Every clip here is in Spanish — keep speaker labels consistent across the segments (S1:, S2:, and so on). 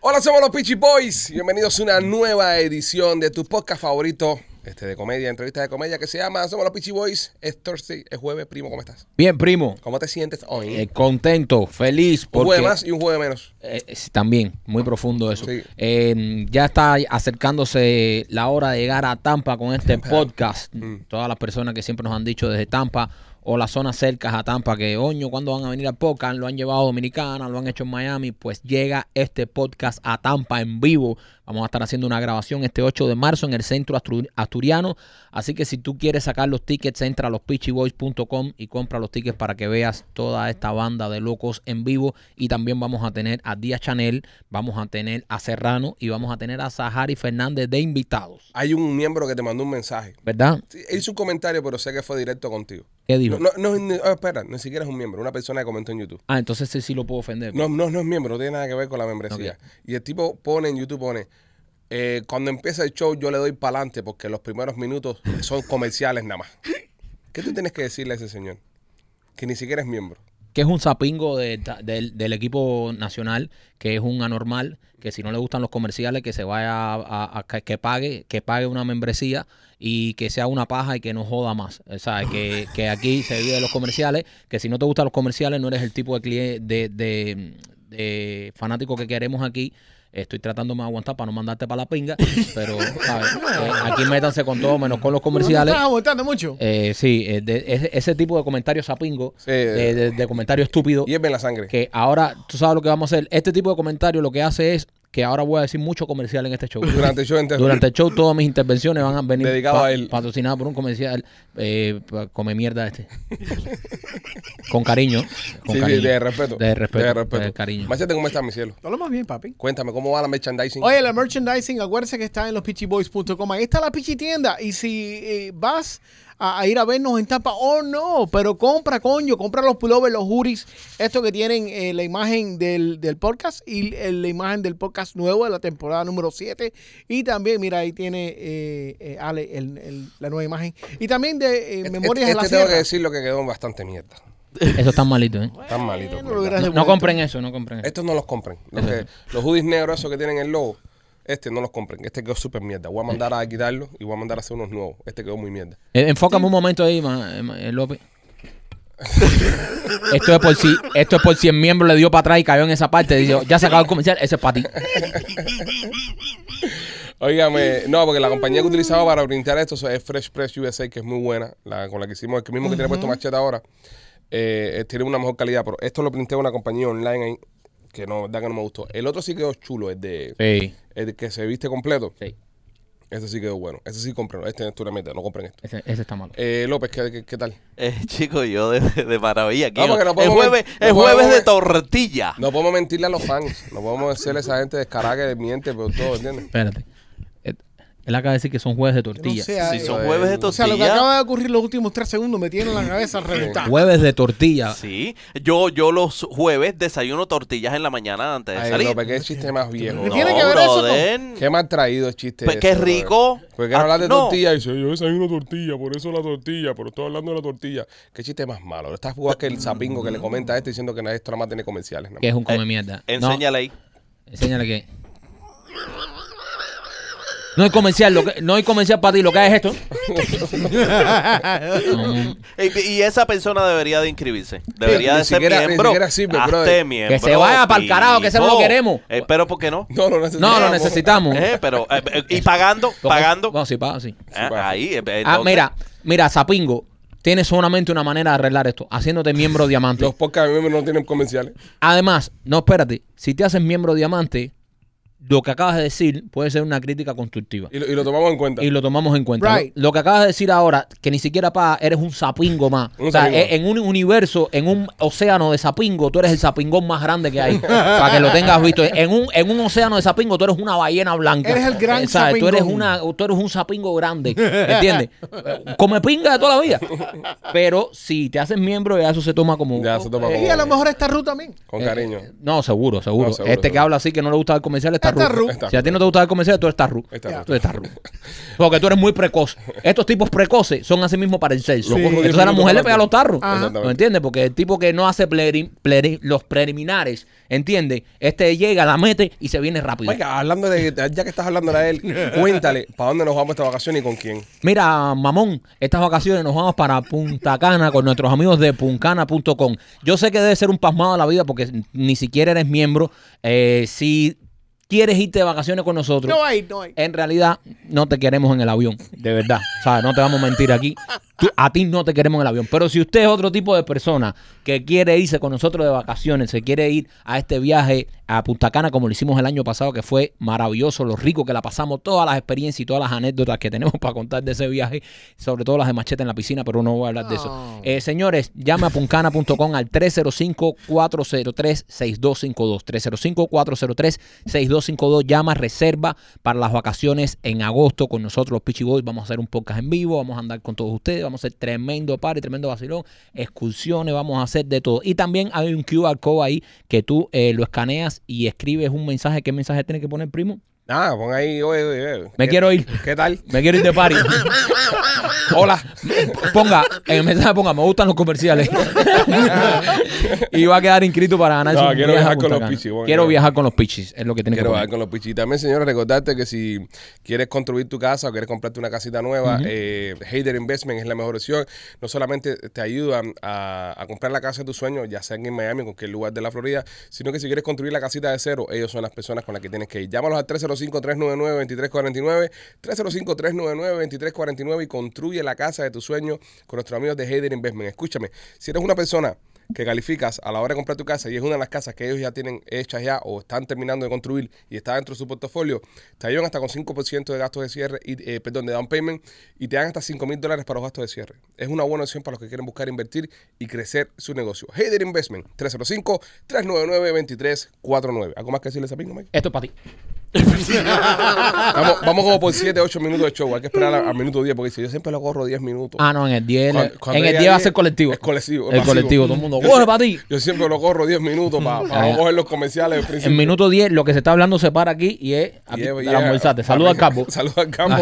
S1: Hola, somos los Peachy Boys. Bienvenidos a una nueva edición de tu podcast favorito, este de comedia, entrevistas de comedia, que se llama Somos los Peachy Boys. Es Thursday, es jueves. Primo, ¿cómo estás?
S2: Bien, primo.
S1: ¿Cómo te sientes hoy?
S2: Eh, contento, feliz.
S1: un
S2: Porque,
S1: jueves más y un jueves menos.
S2: eh, eh, también, muy profundo eso.
S1: Sí.
S2: Eh, ya está acercándose la hora de llegar a Tampa con este
S1: Tampa.
S2: podcast.
S1: Mm.
S2: Todas las personas que siempre nos han dicho desde Tampa o las zonas cercas a Tampa que, oño, cuando van a venir al podcast? Lo han llevado a Dominicana, lo han hecho en Miami. Pues llega este podcast a Tampa en vivo. Vamos a estar haciendo una grabación este 8 de marzo en el Centro Astru- Asturiano. Así que si tú quieres sacar los tickets, entra a lospitchyboys.com y compra los tickets para que veas toda esta banda de locos en vivo. Y también vamos a tener a Díaz Chanel, vamos a tener a Serrano y vamos a tener a Sahari Fernández de invitados.
S1: Hay un miembro que te mandó un mensaje.
S2: ¿Verdad?
S1: Sí, hizo un comentario, pero sé que fue directo contigo.
S2: ¿Qué dijo?
S1: No, no, no, ni- oh, espera, ni siquiera es un miembro, una persona que comentó en YouTube.
S2: Ah, entonces sí, sí lo puedo ofender.
S1: No, no, no es miembro, no tiene nada que ver con la membresía. Y el tipo pone en YouTube, pone, eh, cuando empieza el show yo le doy para adelante porque los primeros minutos son comerciales nada más. ¿Qué tú tienes que decirle a ese señor? Que ni siquiera es miembro.
S2: que es un zapingo de- del, del equipo nacional, que es un anormal, que si no le gustan los comerciales, que se vaya a, a- a- que, que pague, que pague una membresía y que sea una paja y que no joda más. O sea, que, que aquí se vive de los comerciales, que si no te gustan los comerciales, no eres el tipo de cliente, de, de- de fanático que queremos aquí. Estoy tratando de aguantar para no mandarte para la pinga, pero ¿sabes? Eh, aquí métanse con todo menos con los comerciales.
S3: ¿No te estás aguantando mucho?
S2: Eh, sí, eh, de- ese, ese tipo de comentarios sapingo,
S1: Sí.
S2: de, de- de comentarios estúpidos,
S1: Y es Eh, en la sangre.
S2: que ahora tú sabes lo que vamos a hacer. Este tipo de comentarios lo que hace es que ahora voy a decir mucho comercial en este show.
S1: Durante el show entero.
S2: Durante el show todas mis intervenciones van a venir
S1: Dedicado a él.
S2: patrocinadas por un comercial, eh, pa- come mierda este. con cariño. Con
S1: Sí, sí,
S2: cariño.
S1: de respeto.
S2: De respeto.
S1: De respeto.
S2: de cariño.
S1: Machete, ¿cómo está mi cielo?
S3: Todo más bien, papi.
S1: Cuéntame, ¿cómo va la merchandising?
S3: Oye, la merchandising, acuérdense que está en los pitchyboys.com. Ahí está la pichi tienda. Y si eh, vas a, a ir a vernos en Tampa, oh no, pero compra, coño, compra los pullovers, los juris, esto que tienen eh, la imagen del, del podcast y eh, la imagen del podcast nuevo de la temporada número 7. Y también, mira, ahí tiene eh, eh, Ale el- el- la nueva imagen. Y también de eh,
S1: Este-
S3: Memorias
S1: este,
S3: de la
S1: tengo que
S3: Sierra.
S1: decir lo que quedó bastante mierda.
S2: Eso está malito, ¿eh?
S1: Tan malito.
S3: Bueno, lo hubieras
S2: No, no
S3: devuelto.
S2: compren eso, no compren eso.
S1: Estos no los compren. Los, que, los hoodies negros, esos que tienen el logo, este no los compren. Este quedó súper mierda. Voy a mandar a quitarlo y voy a mandar a hacer unos nuevos. Este quedó muy mierda.
S2: Eh, Enfócame un momento ahí, ma- eh, ma- eh, López. Esto es por si, esto es por si el miembro le dio para atrás y cayó en esa parte. Dijo, ya se acabó el comercial, ese es para ti.
S1: Óigame, no, porque la compañía que utilizaba para printar esto es Fresh Press USA, que es muy buena, la con la que hicimos, el que mismo que tiene puesto Machete ahora, eh, eh, tiene una mejor calidad, pero esto lo printé en una compañía online ahí, que no, verdad que no me gustó. El otro sí quedó chulo, el de,
S2: Sí,
S1: el que se viste completo,
S2: sí.
S1: este sí quedó bueno. Este sí compren, este es una meta, no compren esto.
S2: Ese, ese está malo.
S1: Eh, López, ¿qué, qué, qué tal?
S4: Eh, chico, yo de, de maravilla. aquí.
S1: No, porque no
S4: el
S1: podemos
S4: jueves,
S1: men- no
S4: el jueves
S1: podemos
S4: de tortilla.
S1: No podemos mentirle a los fans, no podemos decirle a esa gente descarada que miente por todo, ¿entiendes?
S2: Espérate. Eh, Él acaba de decir que son jueves de tortilla.
S3: No sea,
S4: Si
S3: eh,
S4: son
S1: Ay,
S4: jueves de
S1: o
S3: O sea,
S4: tortilla.
S3: lo que acaba de ocurrir los últimos tres segundos me tiene la cabeza reventada.
S2: Jueves de tortilla.
S4: Sí, yo, yo los jueves desayuno tortillas en la mañana antes de
S1: Ay,
S4: salir.
S1: López, qué chiste más viejo.
S3: ¿Qué
S4: No,
S3: tiene que ver eso con-
S4: brother.
S1: Qué mal traído el chiste.
S4: Pues,
S1: ese,
S4: qué
S1: brother.
S4: rico.
S1: Porque quiero hablar de
S4: Ah, no.
S1: tortilla. Dice, yo desayuno tortilla, por eso la tortilla, pero estoy hablando de la tortilla. Qué chiste más malo. Estás jugando que el sapingo que le comenta a este diciendo que esto nada más tiene comerciales. nada más.
S2: Que es un come
S4: Eh,
S2: mierda. No,
S4: Enséñale ahí.
S2: enséñale que. No hay comercial, lo que- no hay comercial para ti, lo que hay es esto. No,
S4: Eh, Y, esa persona debería de inscribirse. Debería
S1: ni
S4: de ser
S1: siquiera- ni
S4: miembro.
S1: siquiera sirve,
S4: Hazte
S1: brother.
S4: miembro,
S2: Que se vaya pa'l carajo, que ese no lo
S4: tipo.
S2: queremos.
S4: Eh, pero ¿por qué no?
S1: No lo
S2: no
S1: necesitamos.
S2: lo necesitamos.
S4: Eh, pero, eh, eh, y pagando, pagando.
S2: Bueno, sí, paga, sí.
S4: Ah,
S1: paga.
S4: ahí. eh,
S2: Ah,
S4: entonces-
S2: mira, mira, Zapingo, tienes solamente una manera de arreglar esto, haciéndote miembro diamante.
S1: Los podcast miembros no tienen comerciales.
S2: Además, no, espérate, si te haces miembro diamante, lo que acabas de decir puede ser una crítica constructiva.
S1: Y lo, y lo tomamos en cuenta.
S2: Y lo tomamos en cuenta. ¿no?
S3: Right.
S2: Lo que acabas de decir ahora, que ni siquiera paga, eres un sapingo más.
S1: Un
S2: o sea,
S1: sapingo.
S2: e- en un universo, en un océano de sapingo, tú eres el sapingón más grande que hay. para que lo tengas visto. En un, en un océano de sapingo, tú eres una ballena blanca.
S3: Eres el gran
S2: Eh, ¿sabes? Tú eres,
S3: sapingón.
S2: una, tú eres un sapingo grande. ¿Entiendes? Come pinga de toda la vida. Pero si te haces miembro, ya eso se toma como.
S1: Ya se toma
S3: Y a lo
S1: con,
S3: mejor esta ruta también.
S1: con
S2: Eh,
S1: cariño.
S2: eh, no, seguro, seguro.
S1: No, seguro,
S2: este que
S1: seguro.
S2: habla así que no le gusta el comercial está estás
S3: Estás
S2: ruco.
S3: ruco.
S1: Estás
S2: Si a ti no te gusta el comercial, tú estás ruco.
S1: Estás
S2: Tú estás ruco. Porque tú eres muy precoz. Estos tipos precoces son así mismo para el sexo.
S1: Lo cojo diez
S2: Entonces a la
S1: minutos
S2: mujer le
S1: para
S2: pega los tarros.
S3: Ajá.
S2: ¿Me entiendes? Porque el tipo que no hace plerim- plerim- los preliminares, ¿entiendes? Este llega, la mete y se viene rápido.
S1: Oiga, hablando de, ya que estás hablando de él, cuéntale, ¿para dónde nos vamos esta vacación y con quién?
S2: Mira, mamón, estas vacaciones nos vamos para Punta Cana con nuestros amigos de puncana.com. Yo sé que debe ser un pasmado de la vida porque ni siquiera eres miembro. Eh, si quieres irte de vacaciones con nosotros,
S3: No hay, no hay.
S2: en realidad no te queremos en el avión, de verdad. O sea, no te vamos a mentir aquí. Tú- a ti no te queremos en el avión. Pero si usted es otro tipo de persona que quiere irse con nosotros de vacaciones, se quiere ir a este viaje a Punta Cana como lo hicimos el año pasado, que fue maravilloso, lo rico que la pasamos, todas las experiencias y todas las anécdotas que tenemos para contar de ese viaje, sobre todo las de Machete en la piscina, pero no voy a hablar de eso.
S3: No.
S2: Eh, señores, llame a puncana.com al 305-403-6252. 305-403-6252. Llama, reserva para las vacaciones en agosto con nosotros, los Pichi Boys. Vamos a hacer un podcast en vivo, vamos a andar con todos ustedes, vamos a hacer tremendo party, tremendo vacilón, excursiones, vamos a hacer de todo. Y también hay un QR code ahí que tú eh, lo escaneas y escribes un mensaje. ¿Qué mensaje tienes que poner, primo?
S1: Ah, pon ahí, oye, oye, oye.
S2: Me
S1: ¿Qué-
S2: quiero ir.
S1: ¿Qué tal?
S2: Me quiero ir de party.
S1: Hola.
S2: Ponga, en el mensaje ponga, me gustan los comerciales. y va a quedar inscrito para ganar
S1: No,
S2: su
S1: quiero
S2: viaje
S1: viajar
S2: a
S1: con
S2: Punta
S1: los
S2: Cana.
S1: pichis, bueno,
S2: Quiero
S1: quiero-
S2: viajar con los pichis, es lo que tiene que
S1: Quiero
S2: poner.
S1: bajar con los pichis. También, señores, recordarte que si quieres construir tu casa o quieres comprarte una casita nueva, eh, Hader Investment es la mejor opción. No solamente te ayudan a, a comprar la casa de tus sueños, ya sea en Miami o en cualquier lugar de la Florida, sino que si quieres construir la casita de cero, ellos son las personas con las que tienes que ir. Llámalos al 305-399-2349, 305-399-2349 y construye la casa de tus sueños con nuestros amigos de Hader Investment. Escúchame, si eres una persona que calificas a la hora de comprar tu casa y es una de las casas que ellos ya tienen hechas ya o están terminando de construir y está dentro de su portafolio, te ayudan hasta con 5% de gastos de cierre, y, eh, perdón, de down payment y te dan hasta 5 mil dólares para los gastos de cierre. Es una buena opción para los que quieren buscar invertir y crecer su negocio. Hader Investment, 305-399-2349. ¿Algo más que decirles a Pingo, Mike?
S2: Esto es para ti.
S1: Vamos, vamos como por 7, 8 minutos de show. Hay que esperar a, a minuto 10 porque si yo siempre lo corro 10 minutos.
S2: Ah, no, en el 10.
S1: Cuando- cuando
S2: en el
S1: ella
S2: 10 va a
S1: llegue,
S2: ser colectivo.
S1: es colectivo, es
S2: El
S1: masivo.
S2: colectivo, todo el mundo. ¡Coge para ti!
S1: Yo siempre lo corro 10 minutos para
S2: Ah, ya.
S1: no coger los comerciales del
S2: En
S1: principio.
S2: minuto 10, lo que se está hablando se para aquí y es. Aquí,
S1: Llevo,
S2: te
S1: llega.
S2: la almorzaste. Saluda al capo.
S1: Saluda al campo.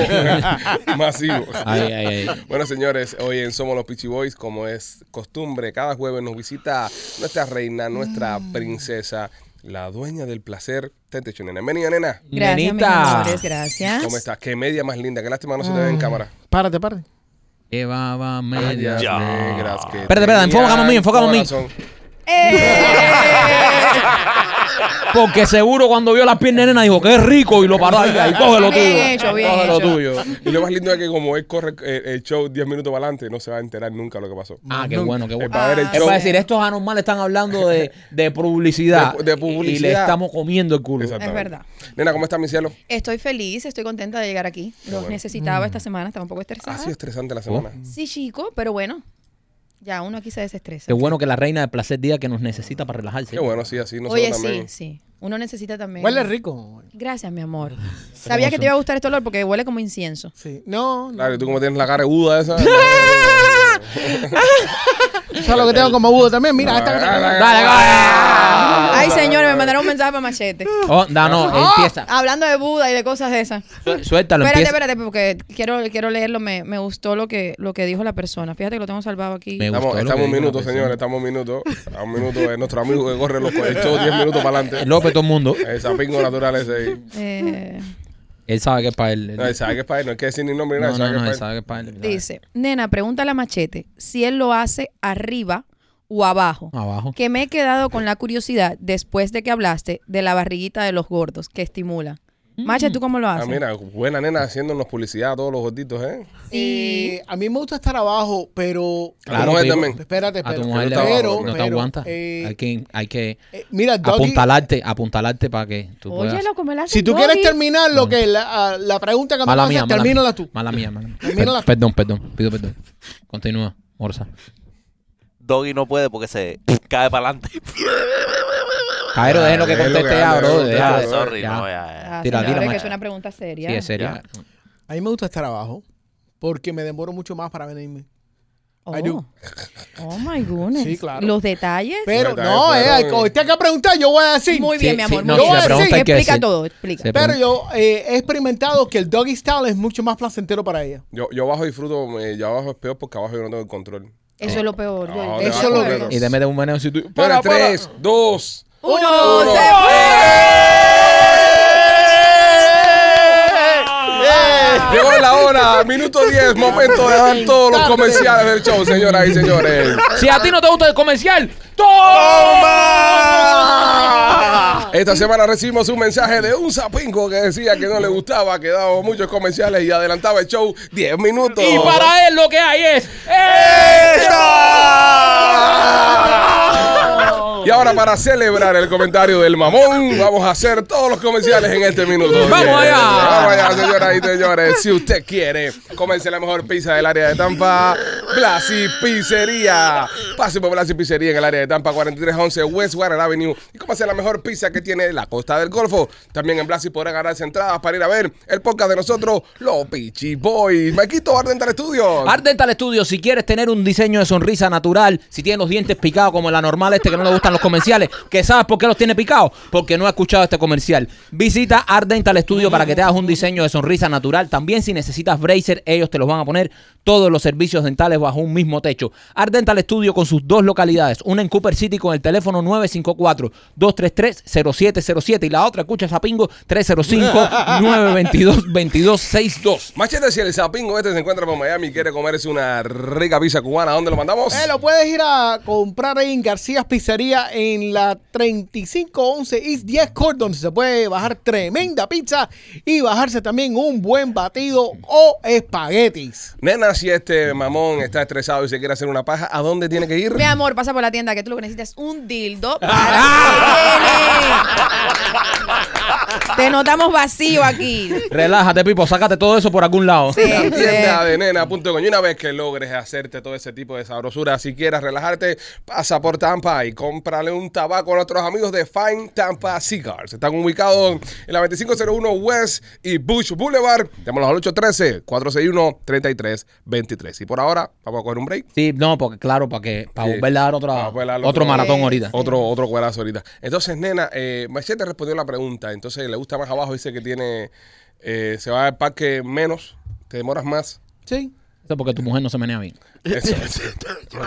S1: Masivo.
S2: Ay, ay, ay.
S1: Bueno, señores, hoy en Somos los Pitchy Boys, como es costumbre, cada jueves nos visita nuestra reina, nuestra princesa, la dueña del placer, Tete Chunena. Bienvenida, nena.
S5: Gracias, mis
S2: Nenita.
S5: amores, gracias.
S1: ¿Cómo estás? Qué media más linda. Qué lástima no se te ve en cámara.
S3: Párate, párate.
S1: Ah,
S2: Llevaba media.
S1: Medias
S4: ya.
S1: negras que
S2: Espérate, espérate,
S1: tenían
S2: enfócame a mí, enfócame a mí.
S1: corazón.
S5: ¡Eh!
S2: Porque seguro cuando vio las piernas nena dijo, qué rico, y lo paró ahí. ahí, Coge lo tuyo.
S5: Bien hecho, bien
S2: coge lo
S5: hecho.
S2: tuyo.
S1: Y lo más lindo es que como él corre eh, el show 10 minutos para adelante, no se va a enterar nunca lo que pasó.
S2: Ah, qué bueno, qué
S1: Él
S2: bueno.
S1: va a ver el
S2: Es
S1: show.
S2: para decir, estos anormales están hablando de, de publicidad.
S1: De- de
S2: y- Y le
S1: publicidad.
S2: estamos comiendo el culo.
S1: Exactamente.
S5: Es verdad.
S1: Nena, ¿cómo estás, mi cielo?
S5: Estoy feliz, estoy contenta de llegar aquí. Los
S1: bueno. Mm.
S5: necesitaba esta semana, estaba un poco estresada.
S1: Ha sido estresante la semana.
S5: Sí, chico, pero bueno, ya uno aquí se desestresa.
S2: Qué bueno que la reina del placer diga que nos necesita para relajarse.
S1: Qué bueno, sí, así nosotros
S5: Oye, sí,
S1: también.
S5: sí. Uno necesita también.
S3: Huele rico.
S5: Gracias, mi amor. Sabía que te iba a gustar este olor porque huele como incienso.
S3: Sí. No, no.
S1: Claro, y tú como tienes la cara aguda esa.
S3: Eso es lo que tengo como agudo también. Mira, esta
S1: Dale,
S2: Dale, coge.
S1: Ah.
S5: Ay, señor, me mandaron un mensaje para Machete.
S2: Oh, da, no, empieza.
S5: Hablando de Buda y de cosas de esas.
S2: Su- Suéltalo,
S5: Ah, Espérate,
S2: empieza.
S5: espérate, porque quiero, quiero leerlo. Me, me gustó lo que, lo que dijo la persona. Fíjate que lo tengo salvado aquí.
S2: Me
S1: Estamos,
S2: gustó lo
S1: estamos
S2: que
S1: un
S2: dijo la
S1: minuto,
S2: persona.
S1: señores, estamos un minuto. A un minuto de nuestro amigo que corre los el show 10 minutos para adelante.
S2: López, todo el mundo.
S1: Esa pingo natural ese ahí.
S5: Eh,
S2: Él sabe que es para él.
S1: No, él sabe que es para él, no hay que decir ni nombre ni
S2: No,
S1: nada.
S2: no,
S1: él
S2: no,
S1: sabe que
S2: él
S1: es
S2: sabe que es para él.
S5: dice, nena, pregúntale a Machete si él lo hace arriba o abajo.
S2: Abajo.
S5: Que me he quedado con la curiosidad después de que hablaste de la barriguita de los gordos que estimula. Machete, ¿tú cómo lo
S1: para él. Ah,
S5: haces?
S1: mira, buena nena haciéndonos publicidad a todos los gorditos, ¿eh?
S5: Sí.
S3: Eh, a mí me gusta estar abajo, pero.
S1: A tu mujer
S2: pico.
S1: también.
S3: Espérate,
S2: A
S3: espérate.
S2: tu mujer le
S1: Pero-
S2: pero, no te
S3: pero,
S2: aguanta.
S3: eh,
S2: hay que, hay que
S3: eh, mira, Doggy,
S2: apuntalarte, apuntalarte para que tú puedas.
S5: Óyelo, como él hace
S3: si tú
S5: el
S3: quieres
S5: doggy.
S3: terminar lo que la, a- la pregunta que me
S2: Mala
S3: haces,
S2: mía, mala
S3: termínala
S2: mía.
S3: tú.
S2: Mala mía, mala mía.
S3: Termínala.
S2: Per- Perdón, perdón. Pido perdón. Continúa, Morsa.
S4: Doggy no puede porque se cae para adelante.
S2: Caero, déjenlo que
S1: déjalo que
S2: conteste ya,
S1: hable, déjalo
S2: bro.
S1: que
S2: déjalo,
S1: hable,
S2: ya.
S4: Sorry, no, eh. ya,
S5: Ah,
S2: Tira,
S5: señores,
S2: tira,
S5: que
S2: Machete.
S5: es una pregunta seria.
S2: Sí, es serio.
S3: A mí me gusta estar abajo porque me demoro mucho más para venirme.
S5: Oh.
S3: I do.
S5: Oh, my goodness.
S3: Sí, claro.
S5: Los detalles.
S3: Pero
S1: Ahorita,
S3: no,
S1: pero-
S3: eh, hay- usted que preguntar, yo voy a decir.
S5: Muy bien,
S2: Sí,
S5: mi
S2: sí,
S5: amor.
S2: no,
S5: muy
S3: si
S5: bien.
S3: la pregunta
S2: hay que
S5: explica
S2: decir.
S5: todo, explica.
S2: Sí.
S3: Pero yo eh, he experimentado que el doggy style es mucho más placentero para ella.
S1: Yo, yo bajo disfruto, eh, yo abajo es peor porque abajo yo no tengo el control.
S5: Eso es lo peor.
S1: No,
S5: yo-
S1: no,
S5: yo-
S3: eso es lo que-
S2: Y te metes un meneo si tú.
S1: Para, tres, dos.
S5: Uno,
S1: Uno.
S5: se
S4: ¡Eh!
S1: Llegó la hora, minuto 10, momento de dar todos los comerciales del show, señoras y señores.
S2: Si a ti no te gusta el comercial,
S4: ¡Toma!
S1: Esta semana recibimos un mensaje de un sapingo que decía que no le gustaba, que daba muchos comerciales y adelantaba el show 10 minutos.
S2: y para él lo que hay es.
S1: Y ahora para celebrar el comentario del mamón, vamos a hacer todos los comerciales en este minuto.
S2: ¡Vamos
S1: Bien.
S2: allá!
S1: Vamos allá, señoras y señores. Si usted quiere comerse la mejor pizza del área de Tampa, Blasi Pizzería. Pase por Blasi Pizzería en el área de Tampa, 4311 West Warren Avenue. Y cómase la mejor pizza que tiene la costa del Golfo. También en Blasi podrá ganarse entradas para ir a ver el podcast de nosotros, Los Pichi Boys. Maquito, Arden Dental Studios.
S2: Art Dental Studio, si quieres tener un diseño de sonrisa natural, si tienes los dientes picados como la normal este que no le gustan los comerciales, que sabes por qué los tiene picados, porque no ha escuchado este comercial. Visita Art Dental Studio para que te hagas un diseño de sonrisa natural. También si necesitas bracer, ellos te los van a poner todos los servicios dentales bajo un mismo techo. Art Dental Studio con sus dos localidades, una en Cooper City con el teléfono 954-233-0707 y la otra, escucha Zapingo, 305-922-2262.
S1: Machete, si el sapingo este se encuentra por Miami y quiere comerse una rica pizza cubana, ¿a dónde lo mandamos?
S3: Eh, lo puedes ir a comprar ahí en García's Pizzería en la 3511 East 10 Court, donde se puede bajar tremenda pizza y bajarse también un buen batido o espaguetis.
S1: Nena, si este mamón está estresado y se quiere hacer una paja, ¿a dónde tiene que ir?
S5: Mi amor, pasa por la tienda que tú lo que necesitas es un dildo para que llene. Te notamos vacío aquí.
S2: Relájate, Pipo, sácate todo eso por algún lado.
S5: Sí,
S1: La tienda
S5: sí.
S1: de nena.com. Y una vez que logres hacerte todo ese tipo de sabrosura, si quieres relajarte, pasa por Tampa y cómprale un tabaco a nuestros amigos de Fine Tampa Cigars. Están ubicados en la 2501 West y Bush Boulevard. Llámanos al 813-461-3323. Y por ahora, vamos a coger un break.
S2: Sí, no, porque claro, para que para
S1: Sí.
S2: volverle a dar otra-
S1: Para volverle a dar
S2: otro,
S1: otro-
S2: maratón ahorita.
S1: Otro, otro cuerazo ahorita. Entonces, nena, eh, Machete respondió la pregunta. Entonces, le gusta más abajo. Dice que tiene. eh, se va al parque menos. Te demoras más.
S3: ¿Sí?
S2: Eso porque tu mujer no se menea bien.
S1: Eso. Yo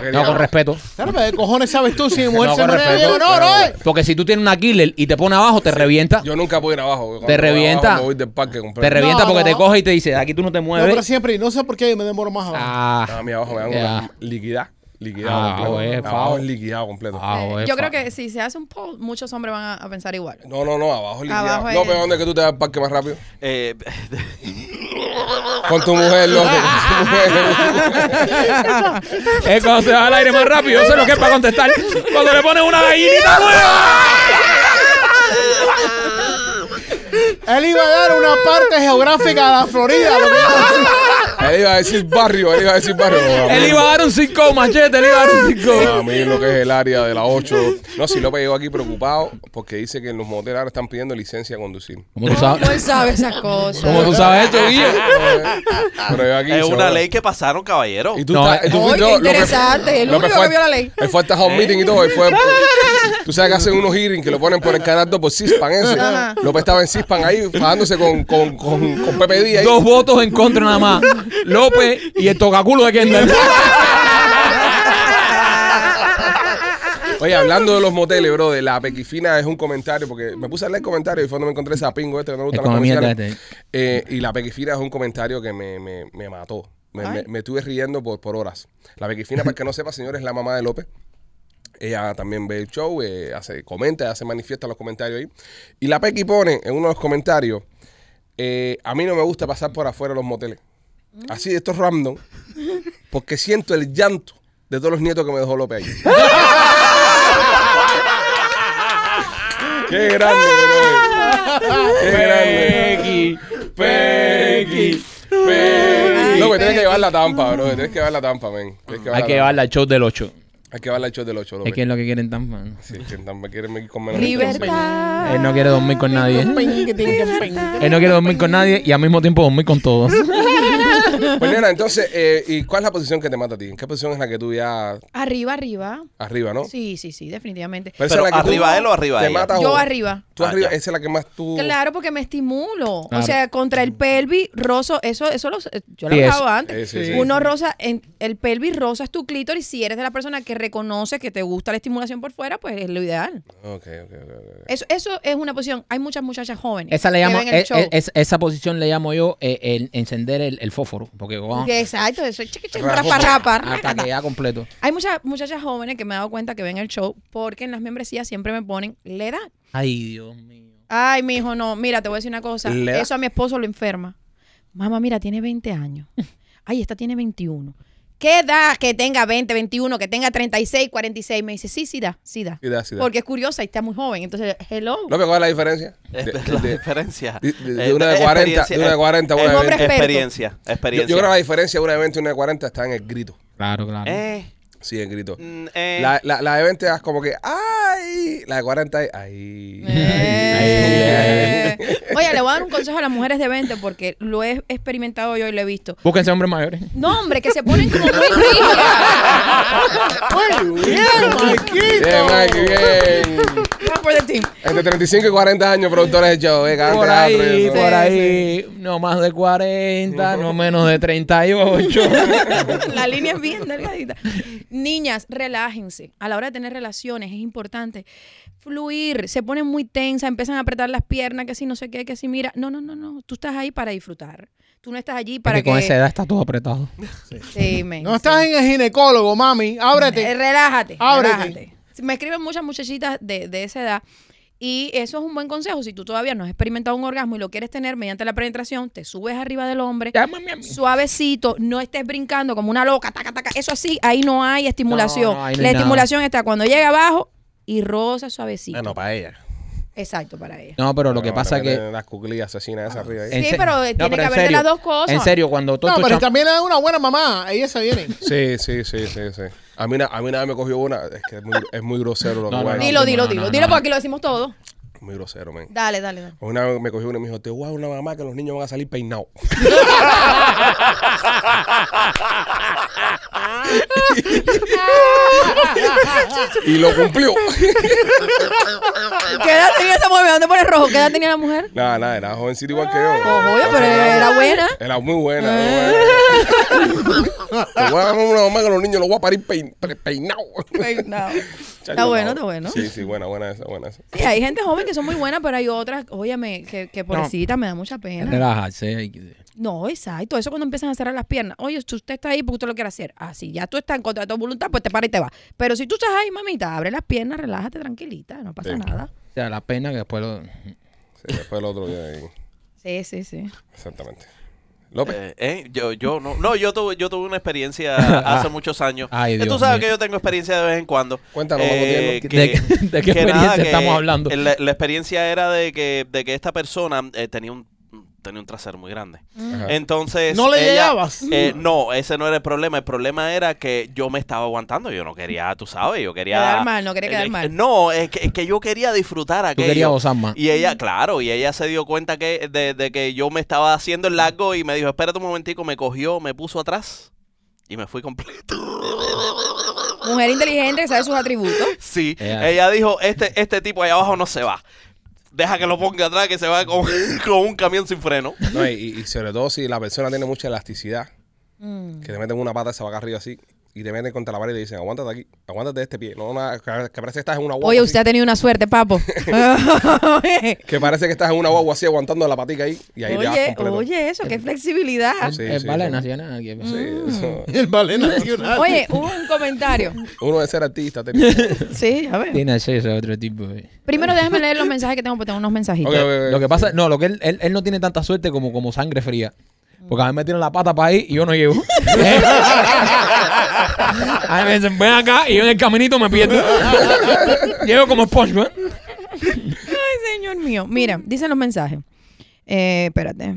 S1: quería-
S2: No, con respeto.
S3: Claro, pero ¿de cojones sabes tú si mi mujer
S2: No,
S3: se
S2: con
S3: menea
S2: respeto.
S3: bien o no, no? eh?
S2: Porque si tú tienes una killer y te pone abajo, te revienta.
S1: Yo nunca puedo ir abajo.
S2: Te revienta.
S1: Yo voy del parque
S2: Te
S1: completo.
S2: revienta
S3: No,
S2: porque te
S3: no.
S2: coge y te dice, aquí tú no te
S3: No, pero
S2: mueves.
S3: siempre, y no sé por qué me demoro más abajo.
S1: No,
S2: Ah,
S1: a mí abajo me dan
S2: Ya.
S1: una liquidad. Liquidado
S2: Ah,
S1: completo.
S2: oye,
S1: abajo
S2: favor.
S1: es liquidado completo.
S2: Ah, bueno,
S5: Yo
S2: fa-
S5: creo que si se hace un poll, muchos hombres van a, a pensar igual.
S1: No, no, no, abajo es liquidado.
S5: Abajo
S1: no,
S5: es-
S1: pero ¿dónde es que tú te vas al parque más rápido?
S4: Eh,
S1: Con tu mujer, loco. con tu mujer.
S2: Es cuando se va al aire más rápido. Yo sé lo que es para contestar. Cuando le pones una gallinita nueva.
S3: Él iba a dar una parte geográfica de la Florida. lo que iba a decir.
S1: él iba a decir barrio, él iba a decir barrio. No,
S2: Él iba a dar un 5 machete, él iba a dar un 5.
S1: No, a mí lo que es el área de la 8. No, si López llegó aquí preocupado porque dice que en los moteles ahora están pidiendo licencia a conducir.
S2: ¿Cómo tú
S5: ¿Cómo
S2: sabes?
S5: él sabe esas cosas?
S2: ¿Cómo tú sabes esto, Guille?
S1: Pero yo aquí
S4: es una
S1: seguro.
S4: ley que pasaron, caballero.
S1: Y tú
S2: No,
S1: estás-
S2: eh.
S1: y tú
S5: Ay,
S1: fuiste-
S5: qué
S1: López-
S5: interesante, el
S1: López
S5: único
S1: fue-
S5: que vio la ley.
S1: Él fue hasta home meeting y todo. él fue, tú sabes que hacen unos hearings que lo ponen por el canal 2 por Cispan ese.
S5: Ajá.
S1: López estaba en Cispan ahí, fajándose con, con, con, con Pepe Díaz. ahí.
S2: Dos votos en contra nada más. López y el tocaculo de Kendall.
S1: Oye, hablando de los moteles, bro, de la pequifina es un comentario, porque me puse a leer comentarios y fue cuando me encontré ese pingo este que no me gusta
S2: Es como mierda
S1: Eh, y la pequifina es un comentario que me, me, me mató. Me, me- me estuve riendo por, por horas. La pequifina, para el que no sepa, señores, es la mamá de López. Ella también ve el show, eh, hace, comenta, hace manifiesta los comentarios ahí. Y la Pequi pone en uno de los comentarios, eh, a mí no me gusta pasar por afuera de los moteles. Así, esto es random, porque siento el llanto de todos los nietos que me dejó López ahí. ¡Qué grande, bro! ¡Qué grande! Peggy, Peggy.
S5: Ay,
S1: López, tienes
S5: Peggy.
S1: que llevar la tampa, bro. Tienes que llevar la tampa, men. Tienes
S2: Hay que
S1: llevar
S2: llevarla al show del 8.
S1: Hay que llevar la show del 8,
S2: Es
S1: López.
S2: que es lo que quieren tan mal.
S1: Sí, que también quieren ir con menos entonces.
S5: Libertad.
S2: Él no quiere dormir con nadie. Él no quiere dormir con nadie y al mismo tiempo dormir con todos.
S1: Pues nena, entonces, eh, ¿y cuál es la posición que te mata a ti? ¿En qué posición es la que tú ya
S5: Arriba, arriba.
S1: arriba, no?
S5: Sí, sí, sí, definitivamente.
S1: Oh. Pero,
S4: Pero
S1: tú-
S4: arriba él o arriba
S1: te
S4: ella.
S1: mata
S5: Yo
S1: o-
S5: arriba.
S1: Tú
S4: Ah,
S1: arriba,
S4: ya.
S1: esa es la que más tú.
S5: Claro, porque me estimulo.
S2: Claro.
S5: O sea, contra el pelvis rosa, eso, eso lo, yo lo
S2: Sí,
S5: he
S2: es-
S5: hablado antes.
S1: Eh, sí, sí.
S5: Uno rosa, en, el pelvis rosa es tu clítoris. Si eres de la persona que reconoce que te gusta la estimulación por fuera, pues es lo ideal.
S1: Ok, ok, ok, ok.
S5: Eso, eso es una posición. Hay muchas muchachas jóvenes.
S2: Esa le
S5: que
S2: llamo,
S5: ven el
S2: es-
S5: show.
S2: es- esa posición le llamo yo eh, el encender el, el fósforo. Porque wow,
S5: Que Exacto, eso es chiqui, chiqui,
S1: Rafa.
S5: rapa, rapa,
S2: hasta
S5: rácata.
S2: que ya completo.
S5: Hay muchas muchachas jóvenes que me he dado cuenta que ven el show porque en las membresías siempre me ponen la edad.
S2: Ay, Dios mío.
S5: Ay, mi hijo, no. Mira, te voy a decir una cosa.
S1: ¿La edad?
S5: Eso a mi esposo lo enferma. Mamá, mira, tiene 20 años. Ay, esta tiene 21. ¿Qué da que tenga 20, 21, que tenga 36, 46? Me dice, sí, sí da, sí da.
S1: Sí da, sí da.
S5: Porque es curiosa y está muy joven. Entonces, hello. Eh.
S1: No, pero ¿cuál es la diferencia?
S4: Es
S1: De-
S4: la
S1: de-
S4: diferencia.
S1: de- de- de
S4: Eh,
S1: una de
S4: eh,
S1: 40,
S4: experiencia,
S1: de una de
S4: eh,
S1: 40,
S4: eh,
S1: una de
S5: Un hombre
S1: 20.
S5: experto.
S4: Experiencia,
S1: Yo,
S4: experiencia.
S1: yo creo que la diferencia de una de 20 y una de 40 está en el grito.
S2: Claro, claro.
S4: Eh,
S1: Sí, el grito.
S4: mm, eh.
S1: La, la, la de 20 es como que, ¡ay! La de 40 es, ¡ay!
S5: Eh. Oye, le voy a dar un consejo a las mujeres de 20 porque lo he experimentado yo y lo he visto.
S2: Búsquense hombres mayores.
S5: No, hombre, que se ponen como muy rígidas.
S3: Muy bien, Marquito.
S1: Bien, Mike, bien.
S5: One for the team.
S1: Entre 35 y 40 años, productores de show, ¿eh? Cante,
S2: Por
S1: teatro y
S2: ahí,
S1: eso.
S2: por
S5: Sí,
S2: ahí, no más de 40, no menos de 38.
S5: La línea es bien delgadita. Niñas, relájense. A la hora de tener relaciones es importante fluir. Se ponen muy tensas, empiezan a apretar las piernas, que si no sé qué, que si mira. No, no, no, no. Tú estás ahí para disfrutar. Tú no estás allí para
S2: Para
S5: que...
S2: con esa edad está todo apretado.
S5: Sí, men,
S3: No
S5: sí.
S3: estás en el ginecólogo, mami.
S5: Eh,
S3: Ábrete.
S5: Relájate.
S3: Ábrete.
S5: relájate. Me escriben muchas muchachitas de, de esa edad. Y eso es un buen consejo. Si tú todavía no has experimentado un orgasmo y lo quieres tener mediante la penetración, te subes arriba del hombre,
S2: Llámame a mí.
S5: suavecito, no estés brincando como una loca, taca, taca. Eso así, ahí no hay estimulación.
S2: No, ahí no
S5: la
S2: hay nada.
S5: estimulación está cuando llega abajo y rosa suavecito.
S1: Ah, no, para ella.
S5: Exacto, para ella.
S2: No, pero lo que
S1: Bueno,
S2: pasa es
S1: tiene
S2: que.
S1: Las cuclillas asesinas esas arriba ahí.
S5: Sí,
S2: en se-
S5: pero eh, tiene que haber de las dos cosas.
S2: En serio, cuando todo
S3: No, pero también es una buena mamá. Ella se viene.
S1: Sí, sí, sí, sí, sí. A mí, na- a mí nada me cogió una. Es que es muy, es muy grosero lo que
S2: No,
S1: voy a
S2: no,
S1: decir.
S5: dilo,
S2: no,
S5: dilo,
S2: no,
S5: dilo.
S2: no,
S5: dilo
S2: no.
S5: porque aquí lo decimos todo.
S1: Muy grosero, men.
S5: Dale, dale, dale.
S1: Una vez me cogió uno y me dijo, te voy a dar una mamá que los niños van a salir peinados. y lo cumplió.
S5: ¿Qué edad tenía esa mujer? ¿Dónde pone rojo? ¿Qué edad tenía la mujer?
S1: nada, nada, era jovencito igual que yo.
S5: Oye, pero era buena.
S1: Era muy buena. muy buena. Te voy a dar una mamá que los niños los voy a parir pein- pe- peinados.
S5: Peinado. Está
S1: Chacho,
S5: bueno,
S1: no.
S5: está bueno.
S1: Sí, sí, buena, buena esa, buena esa.
S5: Sí, hay gente joven que son muy buenas, pero hay otras, óyeme, que, que pobrecita me da mucha pena.
S2: Relajarse. hay que-
S5: No, exacto. Eso cuando empiezan a cerrar las piernas. Oye, si usted está ahí porque usted lo quiere hacer. Así, ya tú estás en contra de tu voluntad, pues te para y te va. Pero si tú estás ahí, mamita, abre las piernas, relájate tranquilita, no pasa
S1: Sí.
S5: nada.
S2: O sea, la pena que después lo.
S1: Sí, después el otro día ahí.
S5: Sí, sí, sí.
S1: Exactamente. López.
S4: Eh, eh, yo, yo no, no, yo tuve, yo tuve una experiencia hace muchos años.
S2: Ay,
S4: Eh, Tú
S2: Dios
S4: sabes
S2: mío.
S4: que yo tengo experiencia de vez en cuando.
S1: Cuéntanos,
S4: Eh,
S1: Mango,
S4: que-
S2: ¿De, qué- de qué
S4: que
S2: experiencia
S4: nada, que
S2: estamos hablando?
S4: La, la experiencia era de que, de que esta persona eh, tenía un tenía un trasero muy grande.
S1: Ajá.
S4: Entonces.
S3: ¿No le
S4: ella-
S3: llegabas?
S4: eh, no, ese no era el problema. El problema era que yo me estaba aguantando. Yo no quería, tú sabes, yo quería.
S5: Quedar mal, no quería quedar
S4: eh,
S5: mal.
S4: No, es que, es que yo quería disfrutar
S2: Tú
S4: aquello.
S2: querías gozar más.
S4: Y ella, claro, y ella se dio cuenta que de, de que yo me estaba haciendo el largo y me dijo, espérate un momentico, me cogió, me puso atrás y me fui completo.
S5: Mujer inteligente que sabe sus atributos.
S4: Sí,
S2: Ella-
S4: ella dijo, este, este tipo allá abajo no se va. Deja que lo ponga atrás que se va con, con un camión sin freno.
S1: No, y, y- y sobre todo si la persona tiene mucha elasticidad,
S5: Mm.
S1: que te meten una pata, se va acá arriba así, y te meten contra la pared y te dicen, aguántate aquí, aguántate este pie. No, nada, que, que parece que estás en una guagua.
S5: Oye,
S1: así.
S5: usted ha tenido una suerte, papo.
S1: Que parece que estás en una guagua así aguantando la patica ahí, y ahí le das
S5: oye,
S1: completo.
S5: oye, eso, qué flexibilidad.
S1: Sí,
S2: es
S1: sí,
S2: ballet
S1: sí.
S2: nacional. aquí.
S5: Mm.
S1: Sí, eso.
S3: El ballet nacional.
S5: Oye, hubo un comentario.
S1: Uno de ser artista. tenía- Ok,
S5: Sí, a ver.
S2: Tiene acceso a otro tipo. eh.
S5: Primero déjame leer los mensajes que tengo, porque tengo unos mensajitos.
S1: ok, ok.
S2: Lo que pasa, no, lo que él, él, él no tiene tanta suerte como, como sangre fría. Porque a mí me tiran la pata para ahí y yo no llego. a mí me dicen, ven acá y yo en el caminito me pierdo. llego como SpongeBob.
S5: Ay, señor mío. Mira, dicen los mensajes. Eh, espérate.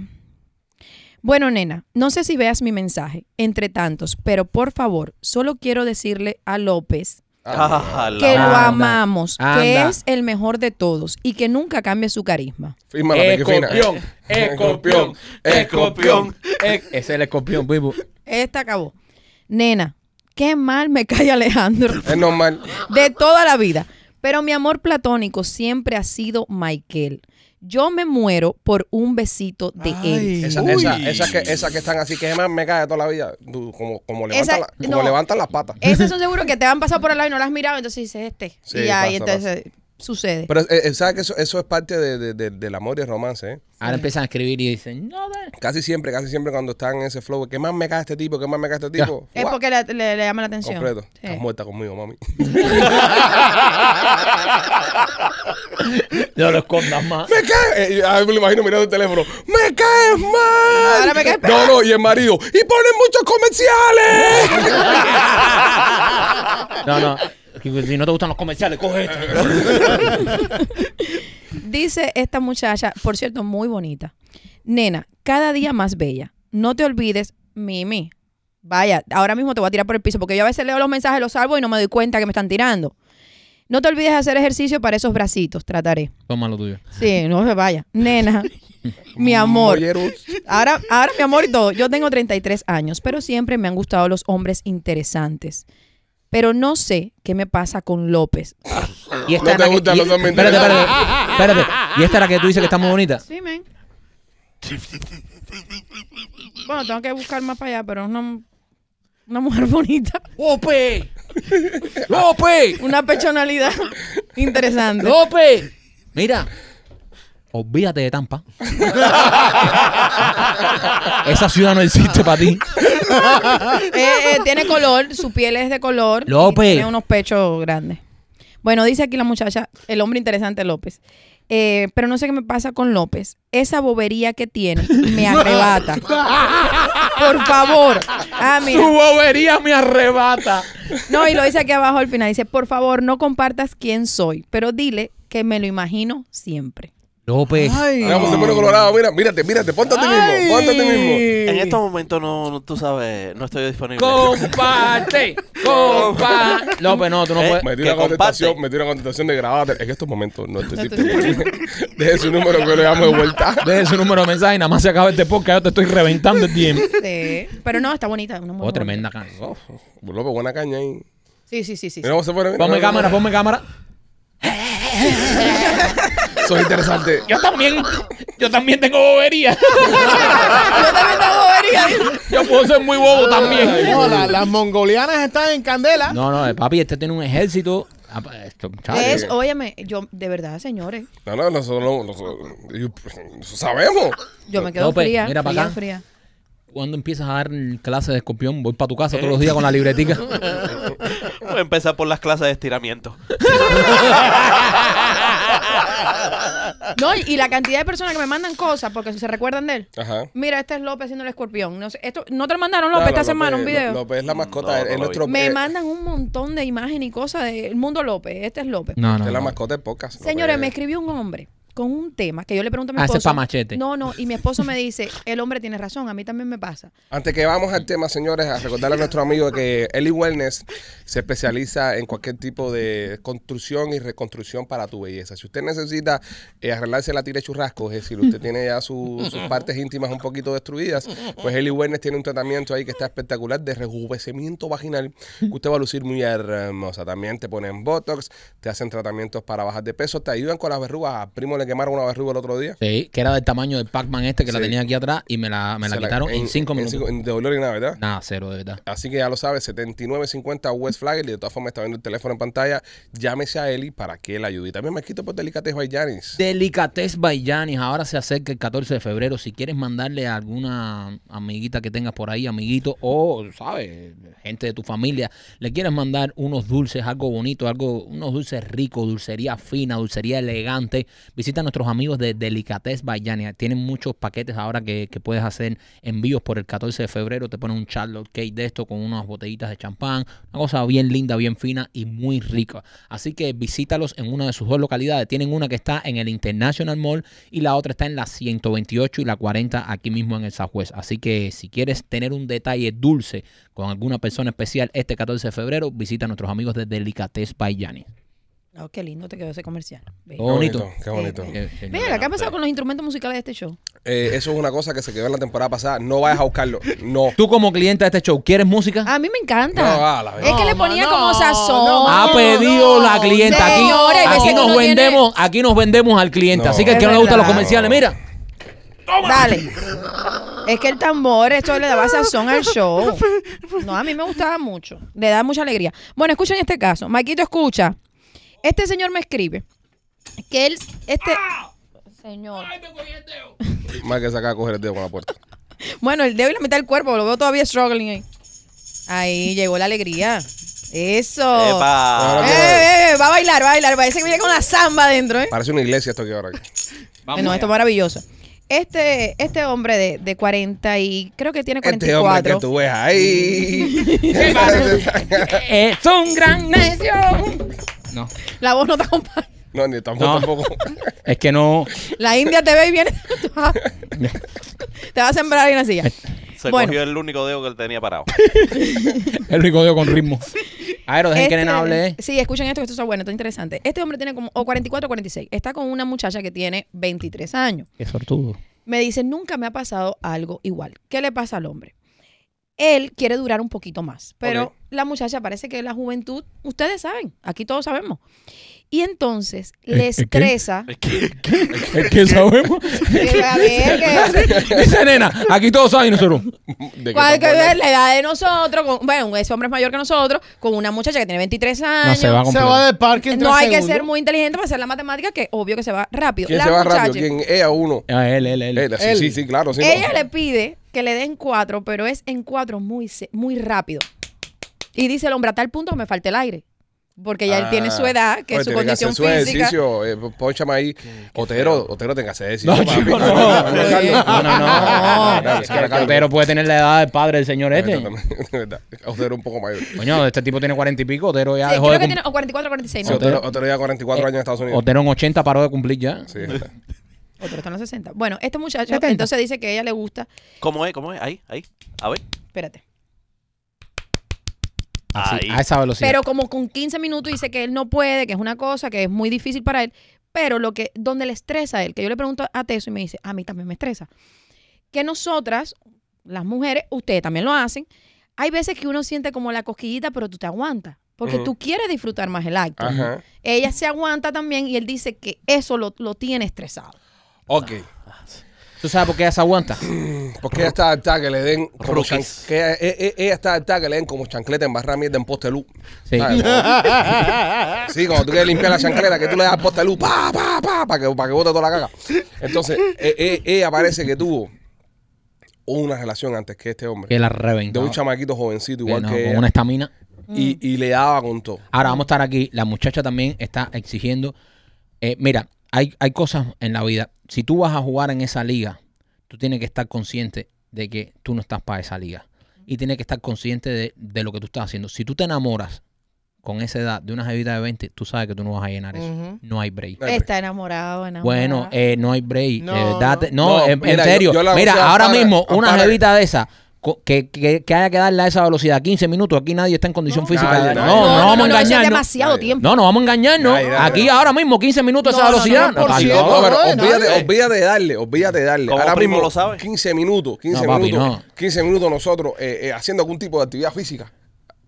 S5: Bueno, nena, no sé si veas mi mensaje, entre tantos, pero por favor, solo quiero decirle a López
S4: Ah, la
S5: que lo
S2: Anda,
S5: amamos, que
S2: anda.
S5: es el mejor de todos y que nunca cambie su carisma.
S1: Fírmalo, que fina.
S2: Escorpión, escorpión,
S4: escorpión.
S2: escorpión. Es es el escorpión, vivo.
S5: Esta acabó. Nena, qué mal me cae Alejandro
S1: Es normal.
S5: de toda la vida. Pero mi amor platónico siempre ha sido Michael. Yo me muero por un besito de él.
S3: Ay.
S1: Esa,
S3: Uy.
S1: esa, esas que, esas que están así que más me cae toda la vida. Tú, Como, como, levantan
S5: Esa-
S1: la- como
S5: no.
S1: levantan las patas.
S5: Esas son seguro que te han pasado por el lado y no las has mirado, entonces dices este.
S1: Sí,
S5: y ahí
S1: pasa,
S5: entonces sucede.
S1: Pero eh, eh, sabes que eso, eso es parte de- de- de- del amor y el romance, ¿eh?
S2: Ahora empiezan a escribir y dicen, no, de-
S1: Casi siempre, casi siempre cuando están en ese flow, ¿qué más me cae este tipo? ¿Qué más me cae este tipo?
S5: es
S1: Fuá,
S5: porque la- le, le llama la atención.
S1: Completo.
S5: Sí.
S1: Estás muerta conmigo, mami.
S2: no lo escondas más.
S1: ¡Me caes! Eh, ah, me lo imagino mirando el teléfono. ¡Me caes mal!
S5: Ahora me caes
S1: No, no, y el marido. ¡Y ponen muchos comerciales!
S2: No, no. Si no te gustan los comerciales, coge esto.
S5: Dice esta muchacha, por cierto, muy bonita. Nena, cada día más bella. No te olvides, Mimi. Vaya, ahora mismo te voy a tirar por el piso porque yo a veces leo los mensajes, los salvo y no me doy cuenta que me están tirando. No te olvides de hacer ejercicio para esos bracitos, trataré.
S2: Toma lo tuyo.
S5: Sí, no se vaya. Nena, mi amor.
S1: Molleros.
S5: Ahora, ahora mi amor y todo. Yo tengo 33 años, pero siempre me han gustado los hombres interesantes. Pero no sé qué me pasa con López.
S2: Y
S1: No te
S2: era que-
S1: gustan
S2: y-
S1: los hombres
S2: Espérate, espérate. Espérate. Y esta era que tú dices que está muy bonita.
S5: Sí, men. Bueno, tengo que buscar más para allá, pero una, una mujer bonita.
S2: ¡Lope! ¡Lope!
S5: Una personalidad interesante.
S2: ¡Lope! Mira. Olvídate de Tampa. Esa ciudad no existe para ti.
S5: Eh, eh, tiene color, su piel es de color. y
S2: López.
S5: Tiene unos pechos grandes. Bueno, dice aquí la muchacha, el hombre interesante López. Eh, pero no sé qué me pasa con López. Esa bobería que tiene me arrebata. Por favor. Ah, mira.
S2: bobería me arrebata.
S5: No, y lo dice aquí abajo al final. Dice, por favor, no compartas quién soy, pero dile que me lo imagino siempre.
S2: López.
S3: Ay.
S1: Mira, pues se pone colorado. Mira, mírate, mírate. Ponte a ti
S3: Ay.
S1: mismo. Ponte a ti mismo.
S4: En estos momentos no, no- tú sabes, no estoy disponible.
S2: Comparte. Comparte. López, no, tú no
S4: Eh,
S2: puedes.
S1: Me dio
S4: Que
S1: una contestación,
S4: comparte.
S1: me dio una contestación de grabada. En estos momentos no estoy
S5: No estoy
S1: disponible. Deje su número que le llamo de vuelta.
S2: Deje su número de mensaje y nada más se acaba este podcast. Yo te estoy reventando el tiempo.
S5: Sí. Pero no, está bonita. una mujer
S2: Oh, tremenda canción.
S1: López, buena caña ahí.
S5: bonita. Sí, sí, sí, sí.
S1: Mira cómo se pone. mira,
S2: Ponme
S1: mira,
S2: cámara,
S1: mira.
S2: ponme cámara.
S1: Eso es interesante.
S2: Yo también, yo también tengo bobería.
S5: Yo también tengo bobería.
S2: Yo puedo ser muy bobo
S1: Ah.
S2: también.
S3: No, la- las mongolianas están en candela.
S2: No, no, eh, papi, este tiene un ejército. Ah, pa- esto, chaval.
S5: Es, óyeme, yo, de verdad, señores.
S1: No, no, nosotros, no- nosotros- yo- sabemos.
S5: Yo me quedo
S2: López,
S5: fría,
S2: mira pa'
S5: fría,
S2: acá.
S5: fría.
S2: ¿Cuándo empiezas a dar clases de escorpión? Voy para tu casa todos los días con la libretica.
S4: Voy a empezar por las clases de estiramiento.
S5: No, y y la cantidad de personas que me mandan cosas porque se recuerdan de él.
S1: Ajá.
S5: Mira, este es López haciendo el escorpión. No sé, esto, ¿No te lo mandaron, López,
S1: Claro,
S5: esta semana un
S1: López-
S5: video?
S1: López es la mascota,
S4: No,
S1: es-
S4: no
S1: es
S4: lo
S1: nuestro.
S5: me
S1: eh,
S5: mandan un montón de imágenes y cosas del mundo López. Este es López.
S2: No, no.
S1: Es la
S2: no.
S1: mascota del podcast. pues. López.
S5: Señores, me escribió un hombre con un tema que yo le pregunto a mi
S2: Ah, ese
S5: esposo.
S2: es pa' machete.
S5: No, no, y mi esposo me dice, el hombre tiene razón, a mí también me pasa.
S1: Antes que vamos al tema, señores, a recordarle a nuestro amigo que Eli Wellness se especializa en cualquier tipo de construcción y reconstrucción para tu belleza. Si usted necesita eh, arreglarse la tira de churrasco, es decir, usted tiene ya su- sus partes íntimas un poquito destruidas, pues Eli Wellness tiene un tratamiento ahí que está espectacular de rejuvenecimiento vaginal que usted va a lucir muy hermosa. También te ponen Botox, te hacen tratamientos para bajar de peso, te ayudan con las verrugas. A Primo le quemaron una verruga el otro día.
S2: Sí, que era del tamaño del Pac-Man este que la
S1: Sí.
S2: tenía aquí atrás y me la, me la
S1: Se
S2: quitaron en 5 minutos.
S1: cinco- en- de dolor y nada, ¿verdad?
S2: Nada, cero, de verdad.
S1: Así que ya lo sabes, 7950 West Flagler. Y de todas formas, está viendo el teléfono en pantalla. Llámese a Eli para que le ayude. Y también me quito por Delicatejo by Janis.
S2: Delicatez Bayanis, ahora se acerca el 14 de febrero. Si quieres mandarle a alguna amiguita que tengas por ahí, amiguito, o, ¿sabes? Gente de tu familia, le quieres mandar unos dulces, algo bonito, algo, unos dulces ricos, dulcería fina, dulcería elegante. Visita a nuestros amigos de Delicatez Bayania. Tienen muchos paquetes ahora que, que puedes hacer envíos por el 14 de febrero. Te ponen un Charlotte Cake de esto con unas botellitas de champán. Una cosa bien linda, bien fina y muy rica. Así que visítalos en una de sus dos localidades. Tienen una que está en el International Mall y la otra está en la 128 y la 40 aquí mismo en el Sajuez. Así que si quieres tener un detalle dulce con alguna persona especial este 14 de febrero, visita a nuestros amigos de Delicatez Bayani.
S5: Oh, qué lindo te quedó ese comercial. Ve.
S2: Oh, bonito.
S1: Qué bonito.
S5: Sí.
S2: Eh, eh,
S5: Mira, ¿qué ha pasado con los instrumentos musicales de este show?
S1: Eh, eso es una cosa que se quedó en la temporada pasada. No vayas a buscarlo. No.
S2: Tú como cliente de este show, ¿quieres música?
S5: A mí me encanta.
S1: No, a la vez.
S5: es que le
S3: No, ma,
S5: ponía
S3: no,
S5: como sazón.
S3: no,
S2: ha
S3: no,
S2: pedido
S3: no,
S2: la clienta. Aquí,
S5: Ah, señores,
S2: aquí
S5: ese
S2: nos
S5: uno tiene-
S2: vendemos, aquí nos vendemos al cliente.
S1: No.
S2: Así que el
S5: Es
S2: que no le gustan los
S5: verdad.
S2: comerciales, mira.
S5: Dale. Es que el tambor, esto le daba sazón al show. No, a mí me gustaba mucho. Le da mucha alegría. Bueno, escuchen este caso. Maquito, escucha. Este señor me escribe que él, este... Señor.
S1: Más que sacar a coger el dedo con la puerta.
S5: Bueno, el dedo y la mitad del cuerpo, lo veo todavía struggling ahí. Ahí llegó la alegría. Eso.
S4: Epa.
S1: Ahora-
S5: Eh, eh, va a bailar, va a bailar. Parece que viene con una samba adentro, ¿eh?
S1: Parece una iglesia esto que ahora.
S5: no, esto es maravilloso. Este, este hombre de, de 40 y creo que tiene
S1: Este hombre que
S5: 44.
S1: tú ves ahí.
S2: Es un gran necio.
S6: No.
S5: la voz no te acompaña.
S1: no, ni tampoco.
S6: No.
S1: tampoco.
S6: Es que no.
S5: La India te ve y viene. te va a sembrar ahí en la silla.
S4: Se
S5: Bueno.
S4: cogió el único dedo que él tenía parado.
S6: El rico dedo con ritmo.
S2: Aero, dejen que
S5: Este-
S2: Nena hable. eh.
S5: Sí, escuchen esto, que esto está bueno, está interesante. Este hombre tiene como o 44 o 46. Está con una muchacha que tiene 23 años.
S2: Qué sortudo.
S5: Me dice, nunca me ha pasado algo igual. ¿Qué le pasa al hombre? Él quiere durar un poquito más, pero
S1: Ok.
S5: la muchacha parece que la juventud, ustedes saben, aquí todos sabemos. Y entonces le
S6: ¿Eh, eh, qué?
S5: estresa.
S6: Es que sabemos.
S5: Que, a ver, que-
S6: Dice nena, aquí todos saben y nosotros.
S1: De que
S5: Cuál que
S1: tampoco-
S5: ver la edad de nosotros, con- bueno, ese hombre es mayor que nosotros, con una muchacha que tiene 23
S6: No
S5: años.
S6: se va a
S3: Se
S6: comprar.
S3: va del parque en
S5: No
S3: tres
S5: hay que
S3: segundos.
S5: ser muy inteligente para hacer la matemática, que obvio que se va rápido.
S1: ¿Quién
S5: la
S1: se va
S5: muchacha,
S1: rápido? ¿Quién? Ella uno.
S6: Ah, él, él, él.
S1: Ella, sí,
S3: Él.
S1: sí, sí, claro. Sí, no.
S5: Ella le pide que le den cuatro, pero es en cuatro muy, se- muy rápido. Y dice el hombre, a tal punto que me falta el aire. Porque ya él
S1: Ah.
S5: tiene su edad, que
S1: Oye,
S5: es su
S1: tiene
S5: condición
S1: hacer su
S5: física.
S1: ejercicio, eh, ponchame ahí. Otero, Otero tenga que hacer ejercicio.
S6: No,
S1: papi.
S6: chico, no.
S1: Carlos.
S6: No, no, no.
S1: Claro, es que ahora Carlos-
S6: Pero puede tener la edad del padre del señor
S1: Es
S6: este.
S1: verdad, es verdad. Otero un poco mayor.
S6: Coño, este tipo tiene cuarenta y pico, Otero ya
S5: Sí,
S6: dejó
S5: creo
S6: de
S5: que
S6: cum-
S5: tiene o 44 o 46,
S1: Sí,
S5: ¿no?
S1: Otero, Otero lleva 44 años en Estados Unidos.
S6: Eh, Otero en 80 paró de cumplir ya.
S1: Sí, es verdad.
S5: Otro está en los 60. Bueno, este muchacho
S6: 70.
S5: entonces dice que a ella le gusta.
S4: ¿Cómo es? ¿Cómo es? Ahí, ahí. A ver.
S5: Espérate.
S6: Así,
S4: Ahí.
S6: a esa velocidad.
S5: Pero como con 15 minutos dice que él no puede, que es una cosa que es muy difícil para él, pero lo que donde le estresa a él, que yo le pregunto a Teso y me dice, a mí también me estresa, que nosotras, las mujeres, ustedes también lo hacen, hay veces que uno siente como la cosquillita, pero tú te aguantas, porque
S1: Ujú. Ah.
S5: tú quieres disfrutar más el acto.
S1: Ajá.
S5: Ella se aguanta también y él dice que eso lo, lo tiene estresado.
S1: Ok.
S2: ¿Tú sabes por qué ella se aguanta?
S1: Porque ella está adaptada que le den como
S4: Rookies.
S1: chan- que ella, e- e- ella está adaptada que le den como chancleta en barra mierda en poste luz.
S2: Sí.
S1: ¿Sabes? Como- sí, cuando tú quieres limpiar la chancleta, que tú le das al poste luz, pa, pa, pa, para que, para que bote toda la caca. Entonces, e- e- ella parece que tuvo una relación antes que este hombre.
S2: Que la
S1: De
S2: reventó.
S1: un chamaquito jovencito,
S2: Que
S1: igual
S2: no,
S1: que
S2: con
S1: ella,
S2: una estamina.
S1: y, y le daba con todo.
S2: Ahora vamos a estar aquí. La muchacha también está exigiendo. eh, mira, hay, hay cosas en la vida. Si tú vas a jugar en esa liga, tú tienes que estar consciente de que tú no estás para esa liga. Y tienes que estar consciente de, de lo que tú estás haciendo. Si tú te enamoras con esa edad de una jevita de 20, tú sabes que tú no vas a llenar eso.
S3: Ujú.
S2: No hay break.
S1: No hay break.
S5: Está enamorado, enamorado.
S2: Bueno, eh, no hay break.
S3: No,
S2: eh, date-
S1: no.
S2: no,
S1: No,
S2: en, en
S1: mira,
S2: serio.
S1: yo- yo la
S2: mira,
S1: usé a
S2: ahora
S1: para-
S2: mismo,
S1: a
S2: una
S1: para-
S2: jevita de esa. co- Que, que- que haya que darle a esa velocidad 15 minutos, aquí nadie está en condición física.
S1: Nadie,
S2: de-
S1: nadie.
S2: no, no, vamos a
S5: eso es
S2: engañarnos.
S5: demasiado
S1: Nadie.
S5: tiempo.
S2: No, no vamos a engañarnos.
S1: Nadie, nadie,
S2: Aquí
S1: nadie.
S2: ahora mismo, 15 minutos a esa
S5: No, no, no,
S2: velocidad.
S5: no, por
S2: Está
S5: ciento.
S2: loco.
S1: No, pero
S3: no, no,
S1: olvídate,
S3: no.
S1: olvídate de darle, olvídate de darle.
S4: Como
S1: Ahora
S4: primo
S1: mismo,
S4: lo sabe.
S1: 15 minutos, 15
S2: No, papi,
S1: minutos,
S2: no.
S1: 15 minutos nosotros eh, eh, haciendo algún tipo de actividad física.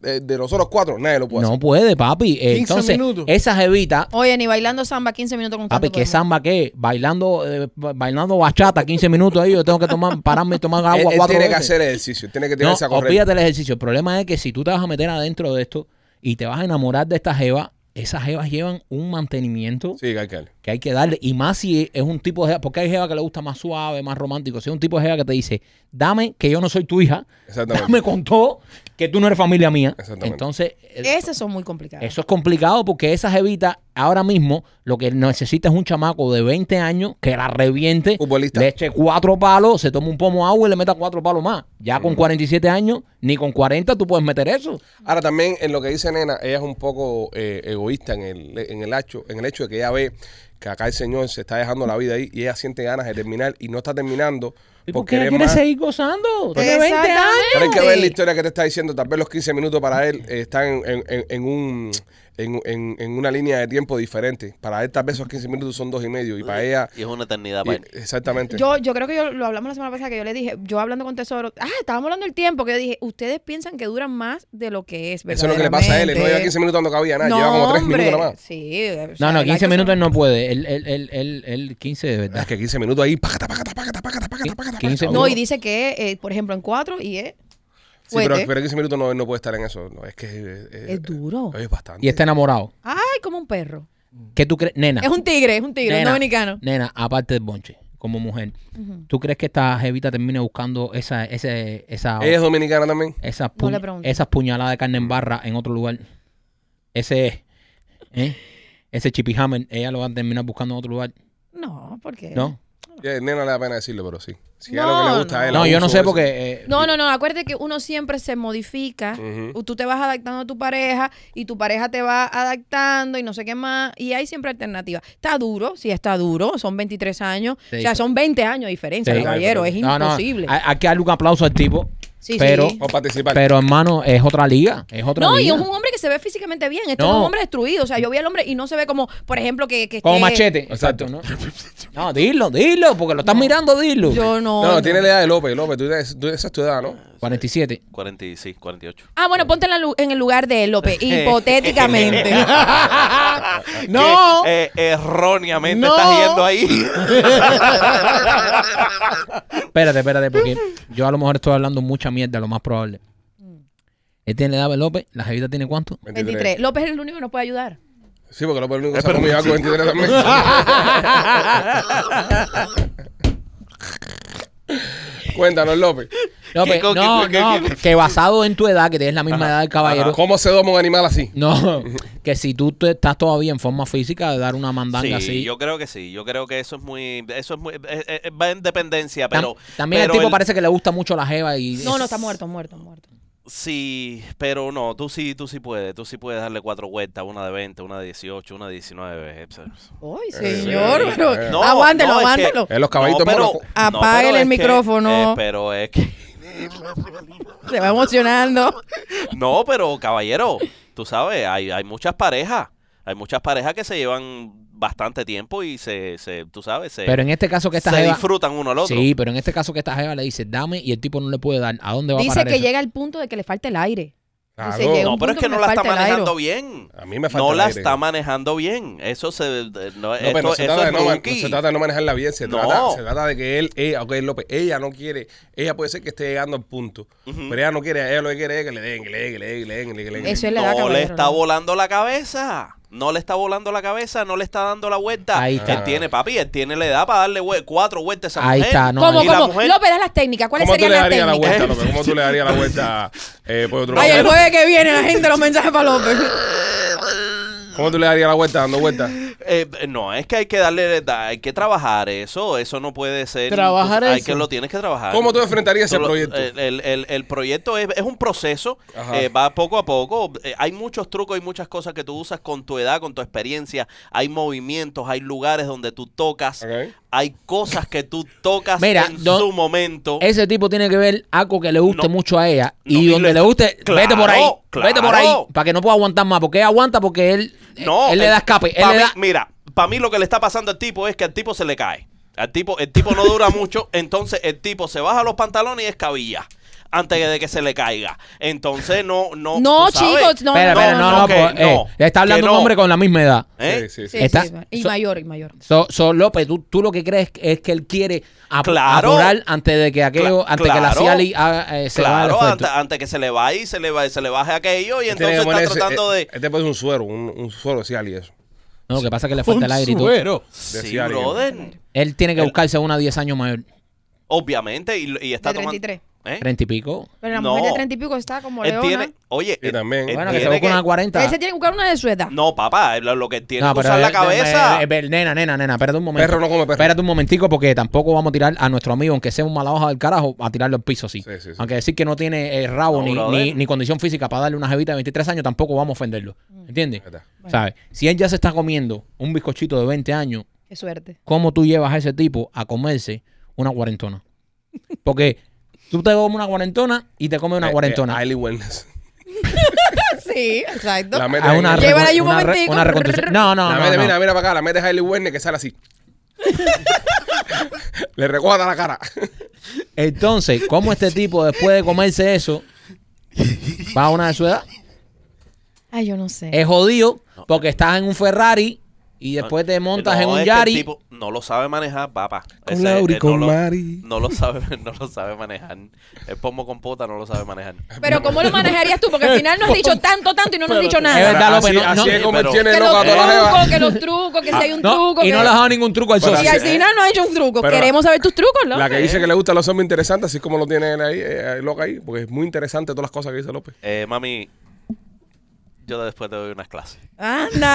S1: De, de nosotros cuatro, nadie lo puede
S2: No
S1: hacer.
S2: puede, papi. Eh,
S3: 15
S2: Entonces,
S3: minutos.
S2: esa jevita,
S5: Oye, ni bailando samba 15 minutos con
S2: papi,
S5: tanto
S2: que
S5: todo el mundo.
S2: samba qué, bailando, eh, ba- bailando bachata 15 minutos ahí, yo tengo que tomar, pararme y tomar agua
S1: Él- él,
S2: cuatro
S1: tiene que
S2: veces.
S1: hacer ejercicio, tiene que
S2: No,
S1: tirarse a correr.
S2: olvídate del ejercicio. El problema es que si tú te vas a meter adentro de esto y te vas a enamorar de esta jeva, esas jevas llevan un mantenimiento
S1: Sí, hay que darle.
S2: que hay que darle. Y más si es un tipo de jeva, porque hay jeva que le gusta más suave, más romántico. Si es un tipo de jeva que te dice, dame que yo no soy tu hija,
S1: Exactamente.
S2: dame con todo que tú no eres familia mía.
S1: Exactamente.
S2: Entonces, eh,
S5: Esas son muy complicadas.
S2: eso es complicado porque esa jevita ahora mismo lo que necesita es un chamaco de 20 años que la reviente,
S1: Futbolista.
S2: le eche cuatro palos, se toma un pomo agua y le meta cuatro palos más. Ya con 47 años, ni con 40 tú puedes meter eso.
S1: Ahora también en lo que dice Nena, ella es un poco eh, egoísta en el, en, el hecho, en el hecho de que ella ve que acá el señor se está dejando la vida ahí y ella siente ganas de terminar y no está terminando
S2: ¿Y por
S1: porque
S2: qué
S1: eres
S2: quieres
S1: más.
S2: seguir gozando? Tiene 20
S5: Exactamente.
S2: años.
S1: Pero hay que ver la
S5: Sí.
S1: historia que te está diciendo, tal vez los 15 minutos para él eh, están en, en- en- en un... En, en- en una línea de tiempo diferente. Para él tal vez esos 15 minutos son dos y medio y para ella...
S4: Y es una eternidad
S1: y-
S4: para él.
S1: exactamente.
S5: Yo, yo creo que yo lo hablamos la semana pasada que yo le dije, yo hablando con Tesoro, ah, estábamos hablando del tiempo, que yo dije, ustedes piensan que duran más de lo que es,
S1: Eso es lo que le pasa a él. él No lleva 15 minutos cuando cabía nada. lleva como 3
S5: hombre.
S1: minutos nada más.
S5: Sí. o sea,
S2: No, no,
S5: la
S2: 15
S5: cosa-
S2: minutos él no puede. Él, él, él, él, él 15 de verdad.
S1: Es que 15 minutos ahí... Pácata, pácata, pácata, pácata, pácata, pácata,
S2: 15
S1: pácata.
S5: No, y dice que, eh, por ejemplo, en cuatro y es
S1: Sí, pero,
S5: fuerte.
S1: pero 15 minutos no, no puede estar en eso. No, es que eh, eh,
S5: Es duro.
S1: Es bastante.
S2: Y está enamorado.
S5: Ay, como un perro.
S2: ¿Qué tú crees? Nena.
S5: Es un tigre, es un tigre, un
S2: nena,
S5: dominicano.
S2: Nena, aparte del bonche, como mujer, ¿tú crees que esta jevita termine buscando esa, ese, esa,
S1: Ella es dominicana también.
S2: esas,
S5: No
S2: puñ-
S5: le pregunto.
S2: esas puñaladas de carne en barra en otro lugar? Ese, ¿eh? ese chipijamen, ella lo va a terminar buscando en otro lugar,
S5: No, porque.
S2: ¿no?
S1: Ya, nena le da pena decirlo, pero sí. Si
S5: No,
S1: es lo que le gusta a él.
S2: No, yo no
S1: abuso,
S2: sé
S1: eso.
S2: porque... eh,
S5: No, no, no, acuérdate que uno siempre se modifica,
S1: Ujú.
S5: tú te vas adaptando a tu pareja y tu pareja te va adaptando y no sé qué más, y hay siempre alternativas. Está duro, sí está duro, son 23 años,
S2: Sí.
S5: o sea, son 20 años de diferencia,
S2: Sí.
S5: caballero, es
S2: no, no,
S5: imposible.
S2: hay- Hay que darle un aplauso al tipo,
S5: Sí,
S2: pero,
S5: sí.
S1: O participar.
S2: pero hermano, es otra liga, es otra
S5: No, y es
S2: liga.
S5: un hombre que se ve físicamente bien, este
S2: No.
S5: es un hombre destruido, o sea, yo vi al hombre y no se ve como, por ejemplo, que... que
S2: Como
S5: esté-
S2: machete.
S1: Exacto.
S2: Exacto, ¿no? No, dilo, dilo, porque lo estás mirando, dilo.
S5: Yo no...
S1: no,
S5: no.
S1: tiene la edad de López. López, tú, tienes- tú- esa es tu edad, ¿no?
S2: 47.
S4: 46, 48.
S5: Ah, bueno, ponte en, la lu- en el lugar de López, hipotéticamente.
S3: No.
S4: Que, eh, erróneamente
S3: No.
S4: estás yendo ahí.
S2: Espérate, espérate, porque yo a lo mejor estoy hablando mucha mierda, lo más probable.
S4: Mm.
S2: Él tiene la edad de López, la jevita tiene cuánto?
S5: 23. López es el único que nos puede ayudar.
S1: Sí, porque López es el único que sabe conmigo algo 23 también. Cuéntanos, López.
S2: López,
S4: ¿Qué, qué,
S2: no,
S4: qué,
S2: no,
S4: qué?
S2: que basado en tu edad, que tienes la misma edad del caballero,
S1: ¿Cómo se doma un animal así?
S2: no, que si tú te- estás todavía en forma física de dar una mandanga
S4: Sí,
S2: así.
S4: yo creo que sí. Yo creo que eso es muy. Eso es muy. eh, eh, eh, va en dependencia,
S2: Tam-
S4: pero.
S2: también
S4: pero
S2: el tipo parece que le gusta mucho la jeva y...
S5: No, no, está muerto, muerto, muerto.
S4: Sí, pero no. Tú sí, tú sí puedes. Tú sí puedes darle cuatro vueltas: una de 20, una de 18, una de 19.
S5: Ay,
S1: Eh,
S5: señor,
S1: eh,
S5: pero
S1: eh.
S4: No,
S5: aguántelo,
S4: no, es que-
S5: aguántelo.
S1: Es Eh, los caballitos
S4: pero,
S1: monos.
S5: Apáguele
S4: pero
S5: el
S4: es que-
S5: micrófono.
S4: eh, pero es que.
S5: Se va emocionando.
S4: No, pero caballero, tú sabes, hay, hay muchas parejas. Hay muchas parejas que se llevan bastante tiempo y se. se tú sabes, se,
S2: Pero en este caso que esta
S4: se
S2: jeva...
S4: disfrutan uno al otro.
S2: Sí, pero en este caso que esta jeva le dice, dame, y el tipo no le puede dar. ¿A dónde va a
S5: Dice
S2: parar
S5: que
S2: eso?
S5: llega al punto de que le falta el aire.
S1: Claro.
S5: Dice que-
S4: No,
S5: un
S4: pero es
S5: punto
S4: que
S5: que
S4: no
S5: me
S4: la está
S5: falta el
S4: manejando bien.
S1: A mí me falta
S4: No
S1: el
S4: la
S1: aire.
S4: está manejando bien. Eso se. de- No,
S1: No, pero no
S4: esto-
S1: se,
S4: eso
S1: trata de
S4: es
S1: no, man-
S4: rookie.
S1: no se trata de no manejarla bien, se,
S4: No.
S1: trata, se trata de que él, ella, ok, López, ella no quiere, ella puede ser que esté llegando al punto, pero ella no quiere, ella lo que quiere es que le den, que le den, que le den, que le den, que le den. que le den.
S5: Eso es la edad,
S4: no le
S5: caballero,
S4: está
S5: ¿no?
S4: volando la cabeza. No le está volando la cabeza, no le está dando la vuelta.
S2: Ahí está.
S4: Él tiene, papi, él tiene la edad para darle vue- cuatro vueltas a esa
S2: Ahí
S4: mujer.
S2: está, no,
S5: ¿Cómo,
S4: Y
S2: ahí-
S4: la
S5: cómo?
S4: mujer-
S5: López, da las técnicas. ¿Cuáles
S1: ¿Cómo tú
S5: serían
S1: le
S5: las
S1: darías la
S5: técnicas?
S1: vuelta, López? ¿Cómo tú le darías la vuelta eh, pollo truco?
S5: Ay, el jueves que viene la gente los mensajes para López.
S1: ¿Cómo tú le darías la vuelta dando vueltas?
S4: Eh, no, es que hay que darle, da- hay que trabajar eso, eso no puede ser.
S3: Trabajar
S4: pues, hay
S3: eso.
S4: que lo tienes que trabajar.
S1: ¿Cómo tú enfrentarías ese
S4: Tú lo-
S1: proyecto?
S4: El, el- el- el proyecto es, es un proceso,
S1: Ajá.
S4: eh, va poco a poco. eh, hay muchos trucos, hay muchas cosas que tú usas con tu edad, con tu experiencia. Hay movimientos, hay lugares donde tú tocas,
S1: Ok.
S4: hay cosas que tú tocas
S2: Mira,
S4: en
S2: no-
S4: su momento.
S2: Ese tipo tiene que ver algo que le guste
S4: Oh. No.
S2: mucho a ella
S4: No,
S2: y
S4: y
S2: donde
S4: le-
S2: le guste, vete por ahí,
S4: Claro,
S2: vete por ahí,
S4: claro.
S2: para que no pueda aguantar más, porque ella aguanta porque él,
S4: No,
S2: él le
S4: eh,
S2: da escape, él
S4: pa'
S2: le
S4: mí-
S2: da...
S4: Mira, para mí lo que le está pasando al tipo es que al tipo se le cae. Al tipo, el tipo no dura mucho, entonces el tipo se baja los pantalones y escabilla antes de que se le caiga. Entonces no, no.
S5: No,
S4: tú sabes.
S5: chicos, no,
S2: espera,
S5: no,
S2: espera,
S5: no,
S2: no, no,
S5: no,
S4: que
S2: pues, eh,
S4: no,
S2: le está hablando
S4: que
S2: un
S4: no.
S2: hombre con la misma edad.
S4: ¿Eh?
S1: Sí, sí, sí.
S5: Sí,
S2: Está-
S5: sí, y
S2: so-
S5: mayor, y mayor.
S2: So, so, López, tú, tú lo que crees es que él quiere ap-
S4: Claro.
S2: apurar antes de que aquello,
S4: Cla-
S2: antes que la
S4: claro.
S2: Ciali haga, eh, se
S4: Claro,
S2: vaya al
S4: antes,
S2: efecto.
S4: antes que se le vaya y se le, va, se le baje aquello y
S1: Este tiene que
S4: entonces está
S1: ponerse-
S4: tratando
S1: eh,
S4: de...
S1: Este puede ser un suero, un, un suero social y eso.
S2: No, lo que pasa es que le falta el aire y todo.
S6: suero.
S4: Sí,
S1: Decía alguien.
S4: brother.
S2: Él tiene que
S4: El-
S2: buscarse una 10 años mayor.
S4: Obviamente. Y, y está
S5: De
S4: tomando.
S5: 33.
S4: ¿Eh?
S2: 30 y pico.
S5: Pero la
S4: No.
S5: mujer de 30 y pico está como
S4: Él
S5: leona.
S4: tiene. Oye.
S1: Sí,
S4: él-
S1: también.
S4: él
S1: Bueno,
S2: Bueno, que se
S4: tiene
S2: busque una de 40.
S5: Él se tiene que buscar una de su edad.
S4: No, papá. Lo, lo que él tiene
S2: No,
S4: que
S2: pero
S4: usar la
S2: él-
S4: cabeza.
S2: eh, eh, eh, nena, nena, nena, espérate un momento.
S1: Perro no come perro.
S2: Espérate un momentico porque tampoco vamos a tirar a nuestro amigo, aunque sea un mala hoja del carajo, a tirarlo al piso así.
S1: Sí, sí, sí.
S2: Aunque decir que no tiene eh, rabo
S4: No,
S2: ni,
S4: brother.
S2: ni- ni condición física para darle una jevita de 23 años, tampoco vamos a ofenderlo.
S5: Mm.
S2: ¿Entiendes?
S1: Verdad.
S2: ¿Sabes? Si él ya se está comiendo un bizcochito de 20 años,
S5: Qué suerte.
S2: ¿cómo tú llevas a ese tipo a comerse una cuarentona? Porque tú te comes una cuarentona y te comes una
S1: Eh,
S2: cuarentona.
S1: eh, highly wellness.
S5: Sí, exacto.
S1: La mete
S2: Hay una,
S1: ahí.
S5: Llévala ahí un
S2: una re-
S5: momentico.
S2: una reconstrucción. No, no,
S1: La
S2: no,
S1: mete,
S2: no.
S1: mira, mira para acá, la mete Hailey Werner que sale así. Le recuerda la cara.
S2: Entonces, ¿cómo este tipo, después de comerse eso, va a una de su edad?
S5: Ay, yo no sé.
S2: Es jodido porque estás en un Ferrari y después te montas
S4: No,
S2: en un
S4: es que el
S2: Yari.
S4: tipo no lo sabe manejar, papá.
S1: Con
S4: Ese-
S1: Laura y
S4: eh,
S1: con
S4: no
S1: Mari.
S4: Lo, no lo sabe, no lo sabe manejar. El pomo con pota no lo sabe manejar.
S5: Pero ¿cómo lo manejarías tú? Porque al final no has dicho tanto, tanto y no nos has dicho
S2: Es
S5: nada.
S2: verdad,
S1: Así-
S2: López, no-
S1: así
S2: no-
S1: es como él
S4: Pero-
S1: tiene
S5: Que
S1: loca a
S5: los
S1: toda la
S5: trucos,
S1: jeva.
S5: que los trucos, que si hay un
S2: No,
S5: truco.
S2: y
S5: que-
S2: no le has dado ningún truco al
S1: Pero
S2: socio.
S5: Y al final no ha hecho un truco.
S1: Pero la-
S5: Queremos saber tus trucos, ¿no?
S1: La que dice que le gustan los hombres interesantes, así como lo tiene él ahí, eh, loca ahí, porque es muy interesante todas las cosas que dice López.
S4: Eh, mami, yo después te doy unas clases.
S5: Anda.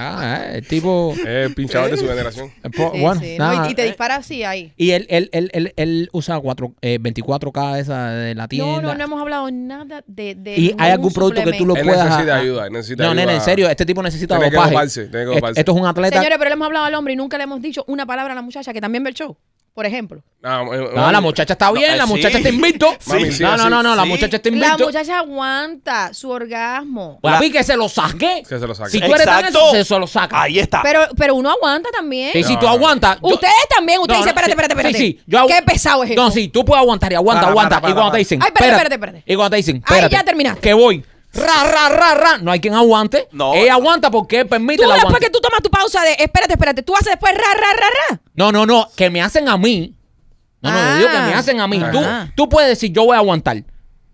S2: Ah, eh, el tipo.
S1: Es el pinchador de su generación.
S2: eh, po-
S5: Sí,
S2: bueno,
S5: sí, ¿no?
S2: nada.
S5: Y, y te dispara así ahí.
S2: Y él, él, él, él, él usa cuatro, eh, 24K esa de la tienda.
S5: No, no, no hemos hablado nada de. de
S2: ¿Y hay algún
S5: ningún
S2: producto que tú lo
S5: suplemento.
S1: Él
S2: puedas...?
S1: necesita ayuda, él necesita
S2: No,
S1: ayuda.
S2: nene, en serio, este tipo necesita
S1: Tiene que
S2: dopaje.
S1: doparse, tiene que
S2: Es-
S1: doparse.
S2: Esto es un atleta...
S5: Señores, pero le hemos hablado al hombre y nunca le hemos dicho una palabra a la muchacha que también ve el show, por ejemplo.
S1: Ah, eh,
S2: No,
S1: eh,
S2: la muchacha está bien,
S4: eh,
S2: la
S4: sí.
S2: muchacha está invicto.
S1: Mami, sí,
S2: no, no,
S1: sí,
S2: no, no, la
S4: sí.
S2: muchacha está
S5: La
S2: invicto.
S5: muchacha aguanta su orgasmo.
S2: Papi, que se lo saque.
S1: Que se lo saque.
S2: Si tú eres tan
S4: Exacto.
S2: eso, se- se lo saca.
S4: Ahí está.
S5: Pero, pero uno aguanta también.
S2: Y si tú
S1: No, no.
S2: aguantas... ah. yo-
S5: Ustedes también, ustedes
S2: No,
S5: dicen,
S2: no,
S5: espérate,
S2: sí,
S5: espérate, espérate.
S2: Sí, sí, yo agu-
S5: Qué pesado es
S2: No,
S5: esto.
S2: sí, tú puedes aguantar y aguanta,
S6: Para,
S2: aguanta.
S6: para, para,
S2: y cuando te
S6: para.
S2: dicen...
S5: Ay, espérate, espérate, espérate.
S2: Y cuando te dicen...
S5: Ay,
S2: espérate,
S5: ya terminaste.
S2: Que voy. Ra, ra, ra, ra. No hay quien aguante.
S4: No.
S2: Ella aguanta porque él permite
S5: Tú
S2: la
S5: después
S2: aguante.
S5: que tú tomas tu pausa de espérate, espérate, tú haces después ra, ra, ra, ra.
S2: No, no, no, que me hacen a mí. No, no,
S5: Ah.
S2: digo que me hacen a mí. Tú,
S5: Ajá.
S2: tú puedes decir, yo voy a aguantar.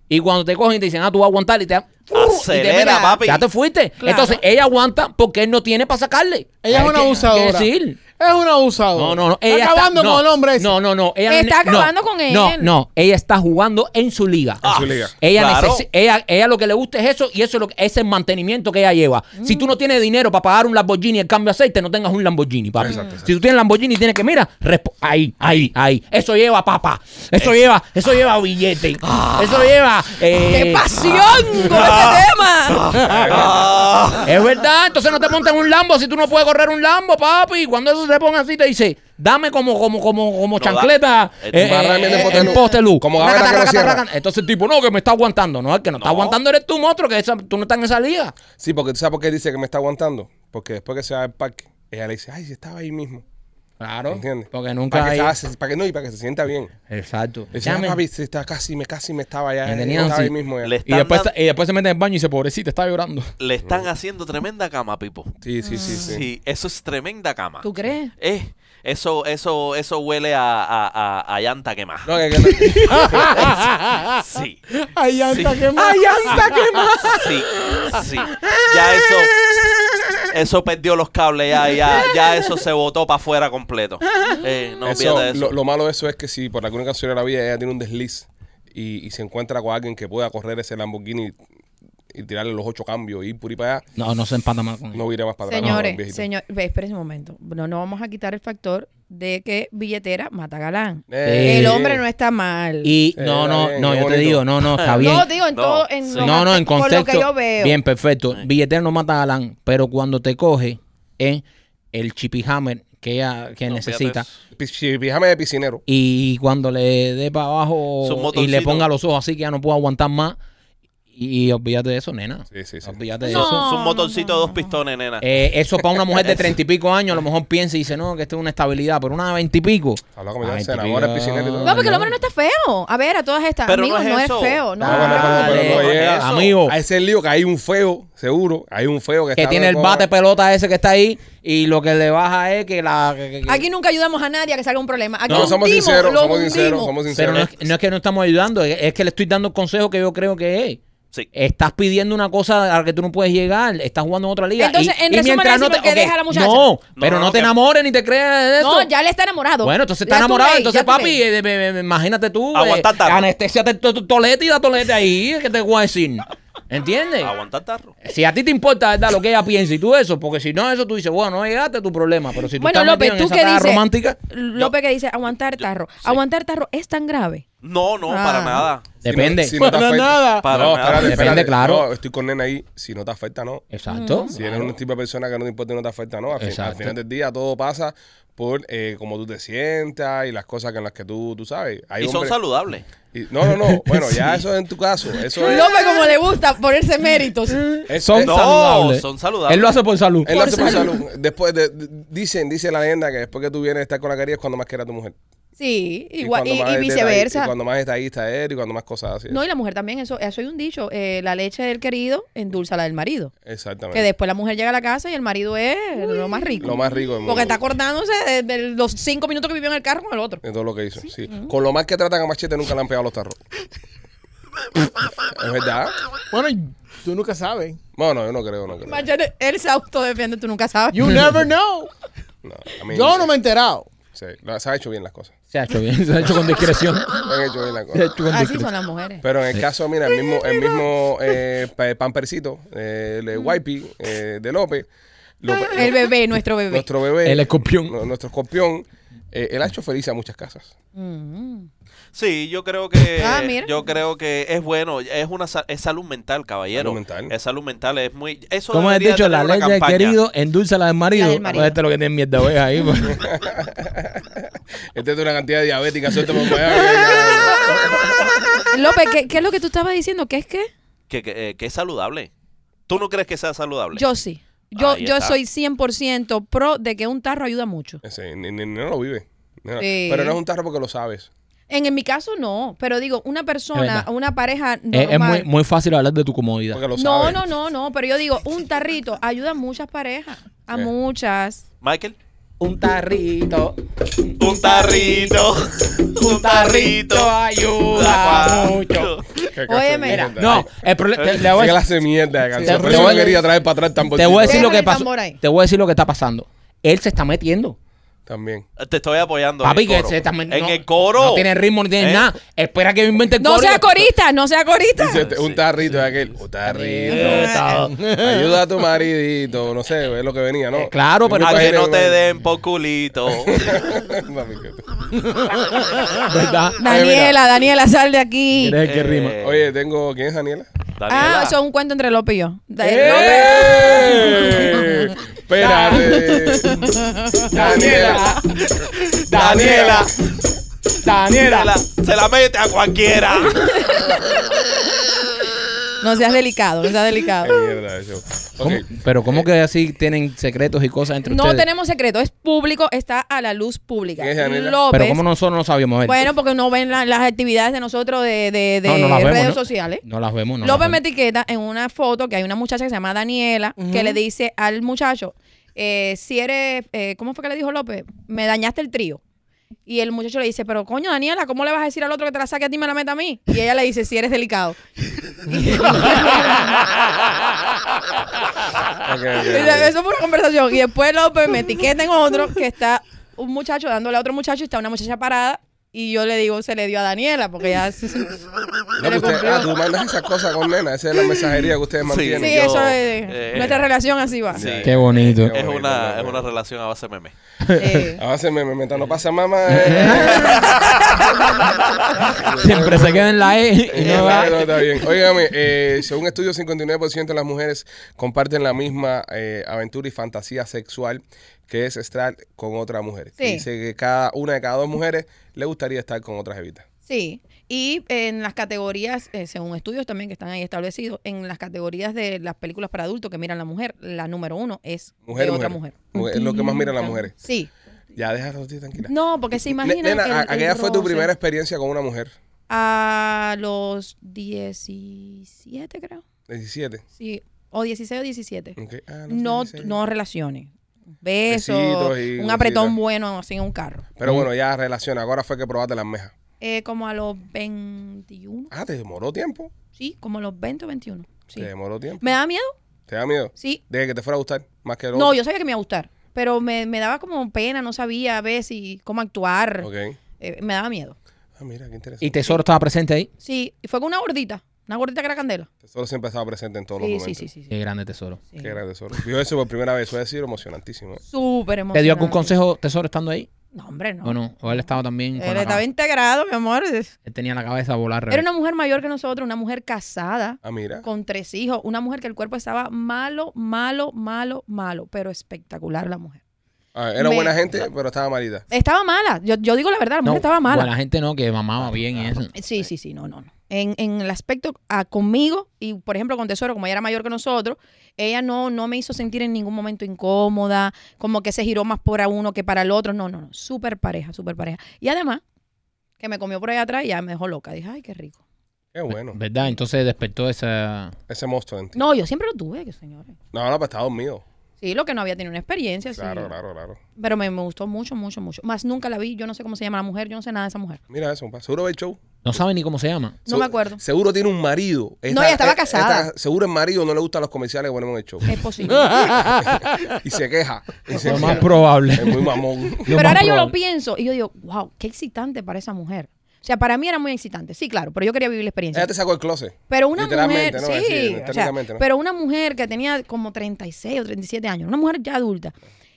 S2: Y cuando te cogen y te dicen, ah, tú vas a aguantar y te dan-
S4: Acelera,
S2: y te meten,
S4: papi.
S2: Ya te fuiste.
S5: Claro.
S2: Entonces, ella aguanta porque él no tiene para sacarle.
S3: Ella
S2: Hay
S3: es una
S2: que-
S3: abusadora.
S2: hay que decir.
S3: Es una abusadora.
S2: No, no, no.
S3: Está acabando
S2: no,
S3: con el hombre ese.
S2: No, no, no. ella no
S5: Está
S2: ne-
S5: acabando
S2: no,
S5: con él.
S2: No, no. Ella está jugando en su liga.
S1: En su liga.
S2: Ella,
S4: Claro.
S2: necesi- ella, ella lo que le gusta es eso y eso es, lo que- ese es el mantenimiento que ella lleva.
S5: Mm.
S2: Si tú no tienes dinero para pagar un Lamborghini y el cambio de aceite, no tengas un Lamborghini, papi.
S1: Exacto, exacto.
S2: Si tú tienes Lamborghini, tienes que, mira, resp- ahí, ahí, ahí. Eso lleva papá. Eso lleva, eso lleva billete.
S1: Ah.
S2: Eso lleva. eh, Ah.
S5: ¡Qué pasión con este tema!
S4: Ah. Eh,
S2: Es verdad, entonces no te montes en un lambo si tú no puedes correr un lambo, papi. Cuando eso se ponga así, te dice, dame como, como, como, como
S4: da-
S2: chancleta
S4: Eh,
S2: eh,
S1: barra de
S2: eh,
S1: miel en
S2: eh,
S1: poste
S2: en
S1: luz.
S2: poste luz.
S1: Como
S2: Raca,
S1: gaveta que
S2: raca,
S1: no
S2: raca,
S1: cierra.
S2: raca. Entonces el tipo, no, que me está aguantando. No, el que no, está
S4: No.
S2: aguantando eres tú, monstruo, que esa- tú no estás en esa liga.
S1: Sí, porque tú sabes por qué dice que me está aguantando. Porque después que se va al parque, ella le dice, ay, si estaba ahí mismo.
S2: Claro,
S1: ¿Entiendes?
S2: porque nunca
S1: para que,
S2: hay...
S1: se hace- para que no, y para que se sienta bien.
S2: Exacto.
S1: Le dice,
S2: Ya
S1: ah,
S2: me-
S1: papi, si está casi, me casi me estaba allá.
S2: Me
S1: eh,
S2: tenían
S1: estaba
S2: así.
S1: ahí mismo. ya".
S4: Le
S6: Y
S4: están,
S6: después,
S4: dan-
S6: y después se mete en el baño y dice, pobrecita, está llorando.
S4: le están haciendo tremenda cama, Pipo.
S1: Sí, sí, sí, sí.
S4: Sí, eso es tremenda cama.
S5: ¿Tú crees?
S4: Eh, eso, eso, eso huele a, a, a, a llanta quemada.
S1: No, que, que-
S4: Sí,
S3: Ay, anda,
S4: Sí.
S3: qué mal.
S4: sí, sí. Ya eso, eso perdió los cables, ya, ya, ya eso se botó para afuera completo. Eh, no
S1: eso,
S4: olvídate de eso.
S1: Lo, lo malo de eso es que si por alguna canción de la vida ella tiene un desliz y, y se encuentra con alguien que pueda correr ese Lamborghini y tirarle los ocho cambios y ir por ahí para allá,
S2: No, no se empata más con él.
S1: no irá más para atrás. no,
S5: Señores,
S1: viejito.
S5: señor, ve, espérense un momento. No, no vamos a quitar el factor de que billetera mata galán.
S1: Eh,
S5: El hombre no está mal.
S2: Y
S1: Sí,
S2: no,
S1: está
S2: no,
S1: bien,
S2: no,
S1: qué
S2: yo te
S1: bonito.
S2: digo, no, no, está
S4: No,
S2: bien.
S5: no, digo, en
S4: No,
S5: todo, en
S4: sí.
S2: No,
S5: los
S2: no, en
S5: aspectos,
S2: contexto.
S5: Por lo que yo veo.
S2: Bien, perfecto. Billetero no mata a Alan, pero cuando te coge es el chipihammer que ella que
S4: No,
S2: necesita.
S4: fíjate eso.
S1: Pichi- Pijama de piscinero.
S2: Y cuando le dé para
S4: Su
S2: abajo y
S4: motorcito.
S2: le ponga los ojos así que ya no puedo aguantar más. Y, y olvídate de eso, nena.
S1: Sí, sí, sí.
S2: Olvídate de
S5: No.
S2: eso.
S4: Es un motorcito de dos
S5: no.
S4: pistones, nena.
S2: Eh, eso para una mujer de treinta y pico años, a lo mejor piensa y dice, no, que esto es una estabilidad, pero una de veintipico.
S1: Habla como yo,
S2: Ay,
S1: se enamora el
S2: típico.
S1: piscinero y todo.
S5: No, porque el hombre no está feo. A ver, a todas estas.
S4: Pero
S5: amigos,
S4: no
S5: no
S4: es
S5: es,
S4: eso.
S5: feo. No,
S1: No, no, no, no, Ah, pero no
S2: Dale,
S1: llega.
S4: Eso.
S2: Amigo,
S1: A ese lío que hay un feo, seguro. Hay un feo que,
S2: que
S1: está
S2: tiene el
S1: loco.
S2: bate pelota ese que está ahí y lo que le baja es que la... que- que- que-
S5: Aquí nunca ayudamos a nadie a que salga un problema. Aquí
S1: No,
S5: lo
S1: somos
S5: hundimos,
S1: sinceros,
S5: lo
S1: somos
S5: hundimos.
S1: sinceros, somos
S2: Pero
S1: sinceros.
S2: no es, no es que no estamos ayudando, es, es que le estoy dando el consejo que yo creo que es.
S4: Sí.
S2: Estás pidiendo una cosa a la que tú no puedes llegar. Estás jugando en otra liga.
S5: Entonces,
S2: y,
S5: en
S2: y
S5: resumen,
S2: mientras
S5: le
S2: no
S5: dice
S2: te...
S5: porque
S2: ok,
S5: deja a la muchacha.
S2: No, pero
S4: No,
S2: no,
S4: no,
S2: te
S4: que-
S2: enamores ni te creas de eso.
S5: No, ya le está enamorado.
S2: Bueno, entonces
S5: Ya
S2: está
S5: tú
S2: enamorado.
S5: ley,
S2: entonces,
S5: ya tú
S2: papi,
S5: ley.
S2: eh, eh, eh, imagínate tú.
S4: Aguantar tarro.
S2: anestesia tolete y da tolete ahí. ¿Qué te voy a decir? ¿Entiendes?
S4: Aguantar tarro.
S2: Si a ti te importa, ¿verdad? Lo que ella piensa y tú eso, porque si no eso tú dices, bueno, no llegaste a tu problema, pero si tú
S5: Bueno,
S2: estás
S5: López,
S2: metido en
S5: ¿tú
S2: esa
S5: qué
S2: tara
S5: dices?
S2: romántica,
S5: López que dice aguantar tarro. Aguantar tarro es tan grave.
S4: No, no,
S5: Ah.
S4: para nada.
S1: Si no-
S2: depende.
S1: si no te
S3: Para
S1: afecta-
S3: nada.
S4: Para
S1: no,
S4: nada.
S1: espérate,
S2: Depende,
S1: espérate.
S2: claro.
S1: No, estoy con nena ahí. Si no te afecta, no.
S5: Mm.
S2: Exacto.
S1: Si eres un tipo de persona que no te importa y no te afecta, no. Al, fin- al
S2: Exacto.
S1: final del día todo pasa por eh, cómo tú te sientas y las cosas que en las que tú, tú sabes. Hay
S4: Y son
S1: hombres-
S4: saludables.
S1: y- no, no, no. Bueno, ya eso es en tu caso. Eso es.
S5: López como le gusta ponerse méritos.
S1: es-
S2: Son
S1: es-
S4: Eh, No,
S2: saludables.
S4: son saludables.
S2: Él lo hace por salud.
S1: él lo hace por
S5: salud.
S1: salud. Después de- de- dicen, dice la leyenda que después que tú vienes a estar con la quería es cuando más quiere a tu mujer.
S5: Sí, igual, y,
S1: cuando más detalle-
S5: y viceversa.
S1: y cuando más detallista eres y cuando más cosas así.
S5: No, y la mujer también, eso, eso hay un dicho, eh, la leche del querido endulza la del marido.
S1: Exactamente.
S5: Que después la mujer llega a la casa y el marido es lo más rico.
S1: Lo más rico del mundo.
S5: Porque está acordándose de, de los cinco minutos que vivió en el carro con el otro.
S1: De todo lo que hizo. Sí.
S5: Mm.
S1: Con lo más que tratan a Machete nunca le han pegado los tarros. es verdad.
S3: Bueno, y- tú nunca sabes.
S1: Bueno, yo no creo, no creo.
S5: Machete, él se autodefiende, tú nunca sabes.
S3: You never know.
S1: No, a mí-
S3: Yo no me he enterado.
S1: Sí, lo- se ha hecho bien las cosas.
S2: Se ha hecho bien, se ha hecho con discreción.
S1: Se han hecho
S5: Ah.
S1: bien las
S2: Se ha
S1: cosas.
S2: hecho con
S5: Así
S2: discreción.
S5: son las mujeres.
S1: Pero en el caso, mira, el mismo, el mismo eh, pa- pampercito, eh, el Wipey eh, de López, López-
S5: Mm. Ah, El bebé, nuestro bebé.
S1: nuestro bebé,
S2: El escorpión.
S1: no- nuestro escorpión, eh, él ha hecho feliz a muchas casas.
S5: Mm.
S4: Sí, yo creo que
S5: Ah, mira.
S4: yo creo que es bueno, es una sa- es salud mental, caballero.
S1: Salud mental.
S4: Es salud mental, es muy eso
S2: Como has
S4: debería
S2: dicho, la
S4: tener una
S2: ley del
S4: campaña.
S2: querido endulza la del marido.
S5: La del marido.
S2: Pues Este es lo que tiene mierda oveja ahí. pues.
S1: Este es de una cantidad de diabética, suerte por allá.
S5: López, ¿qué, qué es lo que tú estabas diciendo? ¿Qué es qué?
S4: Que, que, eh, que es saludable. ¿Tú no crees que sea saludable?
S5: Yo sí. Yo,
S4: Ahí
S5: yo
S4: está.
S5: soy 100% pro de que un tarro ayuda mucho.
S1: Ese, ni, ni- no lo vive. No,
S5: Sí.
S1: Pero no es un tarro porque lo sabes.
S5: En, en mi caso, no. Pero digo, una
S2: Es
S5: persona,
S2: verdad.
S5: una pareja normal.
S2: es, es muy, muy fácil hablar de tu comodidad.
S1: Porque lo
S5: No,
S1: sabes.
S5: no, no, no, pero yo digo, un tarrito ayuda a muchas parejas, a
S1: Sí.
S5: muchas.
S4: Michael,
S2: Un tarrito,
S4: un tarrito, un tarrito.
S2: ayuda
S1: Qué caso de
S5: Óyeme.
S1: mierda.
S2: No, el problema.
S4: Eh,
S2: te- le
S1: Sí
S2: voy
S1: que
S2: a
S1: la
S2: decir-
S1: hace mierda de canción.
S2: Te-
S1: Por
S2: te
S1: eso
S2: voy
S1: no
S2: a-
S1: quería traer para atrás el
S2: te
S1: tamborcito.
S2: voy a decir lo
S5: Déjale
S2: que
S5: el
S2: pasó.
S5: tambor ahí.
S2: Te voy a decir lo que está pasando. Él se está metiendo.
S1: También.
S4: Te estoy apoyando. en
S2: Papi,
S4: el
S2: que
S4: coro.
S2: se está metiendo.
S4: En el coro.
S2: No tiene ritmo, no tiene
S4: ¿Eh?
S2: nada. Espera que yo invente el
S5: No
S2: coro.
S5: sea corista, no sea corista.
S1: Dice, te- un
S4: sí.
S1: tarrito de aquel. Un
S2: "Eh,
S1: tarrito. Ayuda a tu maridito. No sé, es lo que venía, ¿no?
S2: Eh, claro, pero-
S4: A
S1: Nunca
S4: que
S1: viene-
S4: no te den por culito.
S1: Papi, que-
S2: ¿Verdad?
S5: Daniela, Daniela, sal de aquí.
S2: Mira el que rima.
S4: Eh,
S1: Oye, tengo. ¿Quién es Daniela?
S4: Daniela.
S5: Ah, eso es un cuento entre López y yo. Da-
S1: ¡Eh! Espérate. Daniela.
S4: Daniela. Se la,
S2: Daniela.
S4: se la mete a cualquiera.
S5: López, No seas delicado, no seas
S1: Qué
S5: delicado.
S1: mierda eso. Ok.
S2: ¿Cómo? Pero ¿cómo que así tienen secretos y cosas entre
S5: No
S2: ustedes?
S5: tenemos secreto, es público, está a la luz pública.
S1: ¿Quién es Daniela?
S5: López.
S2: Pero ¿cómo nosotros no sabíamos ver?
S5: Bueno, porque no ven la- las actividades de nosotros de, de- de
S2: No, no las vemos,
S5: redes
S2: ¿no?
S5: sociales.
S2: No las vemos, no.
S5: López
S2: las
S5: me
S2: vemos.
S5: etiqueta en una foto que hay una muchacha que se llama Daniela que le dice al muchacho, eh, si eres, eh, ¿cómo fue que le dijo López? Me dañaste el trío. Y el muchacho le dice, pero coño, Daniela, ¿cómo le vas a decir al otro que te la saque a ti y me la meta a mí? Y ella le dice, si eres delicado.
S1: Ok, ok, ok.
S5: Eso fue una conversación. Y después López me etiqueta en otro que está un muchacho dándole a otro muchacho y está una muchacha parada. Y yo le digo, se le dio a Daniela, porque ya... Sí,
S1: No, que usted- ah, tú mandas esas cosas con nena. Esa es la mensajería que ustedes
S4: Sí.
S1: mantienen.
S4: Sí. Yo,
S5: eso es...
S4: eh,
S5: nuestra relación así va.
S4: Sí.
S2: Qué bonito.
S4: Es una,
S1: Qué
S4: es
S1: bonito.
S4: una relación a base de meme.
S5: Sí.
S1: A veces Ah, me, me- mientras no pasa mamá. eh,
S2: Siempre se queda en la E y no va.
S1: claro, no, está bien. Óigame, eh, según estudios, 59% de las mujeres comparten la misma eh, aventura y fantasía sexual que es estar con otra mujer. Que
S5: Sí.
S1: Dice que cada una de cada dos mujeres le gustaría estar con otra jevita.
S5: Sí, y en las categorías, eh, según estudios también que están ahí establecidos, en las categorías de las películas para adultos que miran la mujer, la número uno es
S1: Mujer,
S5: de
S1: mujer.
S5: otra mujer.
S1: Mujer, Es lo que más miran las mujeres.
S5: Sí.
S1: Ya, déjalo ti tranquila.
S5: No, porque se imaginan.
S1: Ne- nena,
S5: el-
S1: a-
S5: el
S1: aquella fue tu
S5: roce.
S1: primera experiencia con una mujer.
S5: A los 17, creo.
S1: 17.
S5: Sí, o 16 o 17.
S1: Ok. Ah,
S5: No,
S1: 16.
S5: no relaciones. Besos,
S1: Besitos y
S5: un apretón
S1: cositas.
S5: bueno así en un carro.
S1: Pero bueno, ya relaciona. Ahora fue que probaste las mejas.
S5: eh, como a los 21.
S1: Ah, te demoró tiempo.
S5: Sí, como a los 20 o 21. Sí.
S1: Te demoró tiempo.
S5: ¿Me daba miedo?
S1: ¿Te da miedo?
S5: Sí.
S1: De que te fuera a gustar más que lo
S5: No,
S1: otro.
S5: yo sabía que me iba a gustar. Pero me, me daba como pena, no sabía a ver si cómo actuar.
S1: Ok.
S5: Eh, me daba miedo.
S1: Ah, mira, qué interesante.
S2: ¿Y Tesoro estaba presente ahí?
S5: Sí, y fue con una gordita. Una gordita que era candela.
S1: Tesoro siempre estaba presente en todos los
S5: Sí, sí,
S1: momentos.
S5: sí, sí, sí.
S2: Qué grande Tesoro.
S5: Sí.
S1: Qué grande Tesoro. Vio eso por primera vez. Eso ha sido emocionantísimo. ¿eh?
S5: Súper emocionante.
S2: ¿Te dio algún consejo Tesoro estando ahí?
S5: No, hombre, no.
S2: ¿O no? ¿O él estaba también con
S5: Él
S2: la
S5: estaba
S2: cab-
S5: integrado, mi amor.
S2: Él tenía la cabeza a volar.
S5: Era una mujer mayor que nosotros, una mujer casada,
S1: Ah, mira.
S5: con tres hijos, una mujer que el cuerpo estaba malo, malo, malo, malo, pero espectacular la mujer.
S1: Ah, era
S5: Me-
S1: buena gente, pero estaba malita.
S5: Estaba mala, yo, yo digo la verdad, la mujer estaba mala.
S2: La gente no, que mamaba bien y eso.
S1: Eh,
S5: Sí, sí, sí, no, no, no. En, en el aspecto ah, conmigo y, por ejemplo, con Tesoro, como ella era mayor que nosotros, ella no, no me hizo sentir en ningún momento incómoda, como que se giró más por a uno que para el otro. No, no, no. Súper pareja, súper pareja. Y además, que me comió por allá atrás y ya me dejó loca. Dije, ay, qué rico.
S1: Qué bueno.
S2: ¿Verdad? Entonces despertó esa...
S1: Ese monstruo en ti.
S5: No, yo siempre lo tuve, que señores.
S1: No, no, pero estaba dormido.
S5: Sí, lo que no había tenido una experiencia,
S1: Claro,
S5: sí.
S1: claro, claro.
S5: Pero me, me gustó mucho, mucho, mucho. Más nunca la vi, yo no sé cómo se llama la mujer, yo no sé nada de esa mujer.
S1: Mira eso, pa. seguro ve el show.
S2: No sabe ni cómo se llama.
S5: No
S1: Segu-
S5: me acuerdo.
S1: Seguro tiene un marido.
S5: ella estaba
S1: eh,
S5: casada.
S1: seguro el marido no le gustan los comerciales que ponemos en el show.
S5: Es posible.
S1: Y se queja. Y se
S2: Lo más
S1: queja.
S2: probable.
S1: Es muy mamón.
S2: Lo
S5: pero
S2: más
S5: ahora yo lo
S2: probable.
S5: pienso y yo digo, wow, qué excitante para esa mujer. O sea, para mí era muy excitante, sí, claro, pero yo quería vivir la experiencia.
S1: Ella te sacó el closet.
S5: Pero una mujer,
S1: Literalmente, ¿no?
S5: sí,
S1: Así,
S5: o sea,
S1: técnicamente, ¿no?
S5: pero una mujer que tenía como 36 o 37 años, una mujer ya adulta,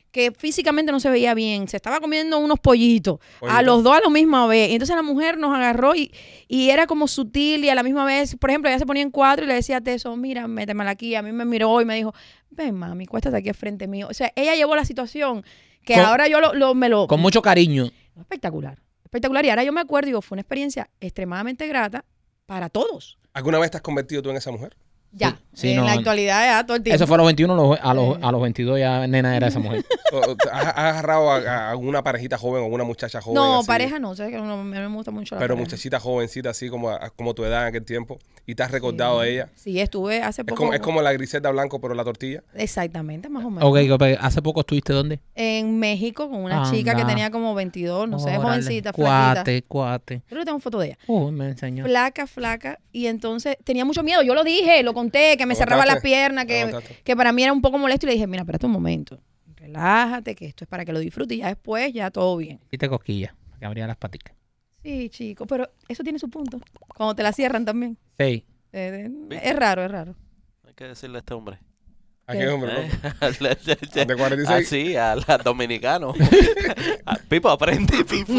S5: que físicamente no se veía bien, se estaba comiendo unos pollitos,
S1: Pollitos.
S5: a los dos a la misma vez. Y entonces la mujer nos agarró y, y era como sutil y a la misma vez, por ejemplo, ella se ponía en cuatro y le decía a Teso, mira, métemela aquí. A mí me miró y me dijo, ven mami, cuéstate aquí al frente mío. O sea, ella llevó la situación que
S2: Con-
S5: ahora yo lo, lo- me lo...
S2: Con mucho cariño.
S5: Espectacular, espectacular. Y ahora yo me acuerdo y digo, fue una experiencia extremadamente grata para todos.
S1: ¿Alguna vez te has convertido tú en esa mujer?
S5: Ya.
S2: Sí,
S5: en
S2: no,
S5: la
S2: no.
S5: actualidad ya todo el tiempo.
S2: Eso fue a los 21, los- a los,
S5: Sí.
S2: a los 22 ya nena era esa mujer.
S1: ¿O- o te ¿Has, has agarrado a, a alguna parejita joven o una muchacha joven?
S5: no,
S1: así?
S5: pareja no, sabes que no, me, me gusta mucho la
S1: Pero
S5: pareja.
S1: muchachita jovencita, así como, a- como tu edad en aquel tiempo. Y te has recordado de ella.
S5: Sí, estuve hace
S1: Es
S5: poco.
S1: como, es como la griselda blanco, pero la tortilla.
S5: Exactamente, más o menos.
S2: Ok, ok, ¿hace poco estuviste dónde?
S5: En México con una chica que
S2: Anda.
S5: tenía como 22, no sé,
S2: Órale.
S5: jovencita, flaquita.
S2: Cuate, cuate.
S5: Creo que tengo foto de ella.
S2: Uy, me enseñó.
S5: Flaca, flaca. Y entonces tenía mucho miedo. Yo lo dije, lo conté, que me
S1: ¿Lo
S5: cerraba
S1: contaste?
S5: las piernas,
S1: ¿Lo
S5: Ah, que,
S1: contaste?
S5: que para mí era un poco molesto. Y le dije, mira, espérate un momento. Relájate, que esto es para que lo disfrutes. Y ya después, ya todo bien.
S2: Hiciste cosquillas, que abría las paticas.
S5: Sí, chico, pero eso tiene su punto. Cuando te la cierran también.
S2: Sí.
S5: Eh, eh, es raro, es raro.
S4: Hay que decirle a este hombre.
S1: Aquí, hombre,
S4: ¿eh?
S1: ¿no?
S4: Al-
S1: De 46.
S4: Ah, sí, al, al dominicano. Ah, Pipo, aprende, Pipo.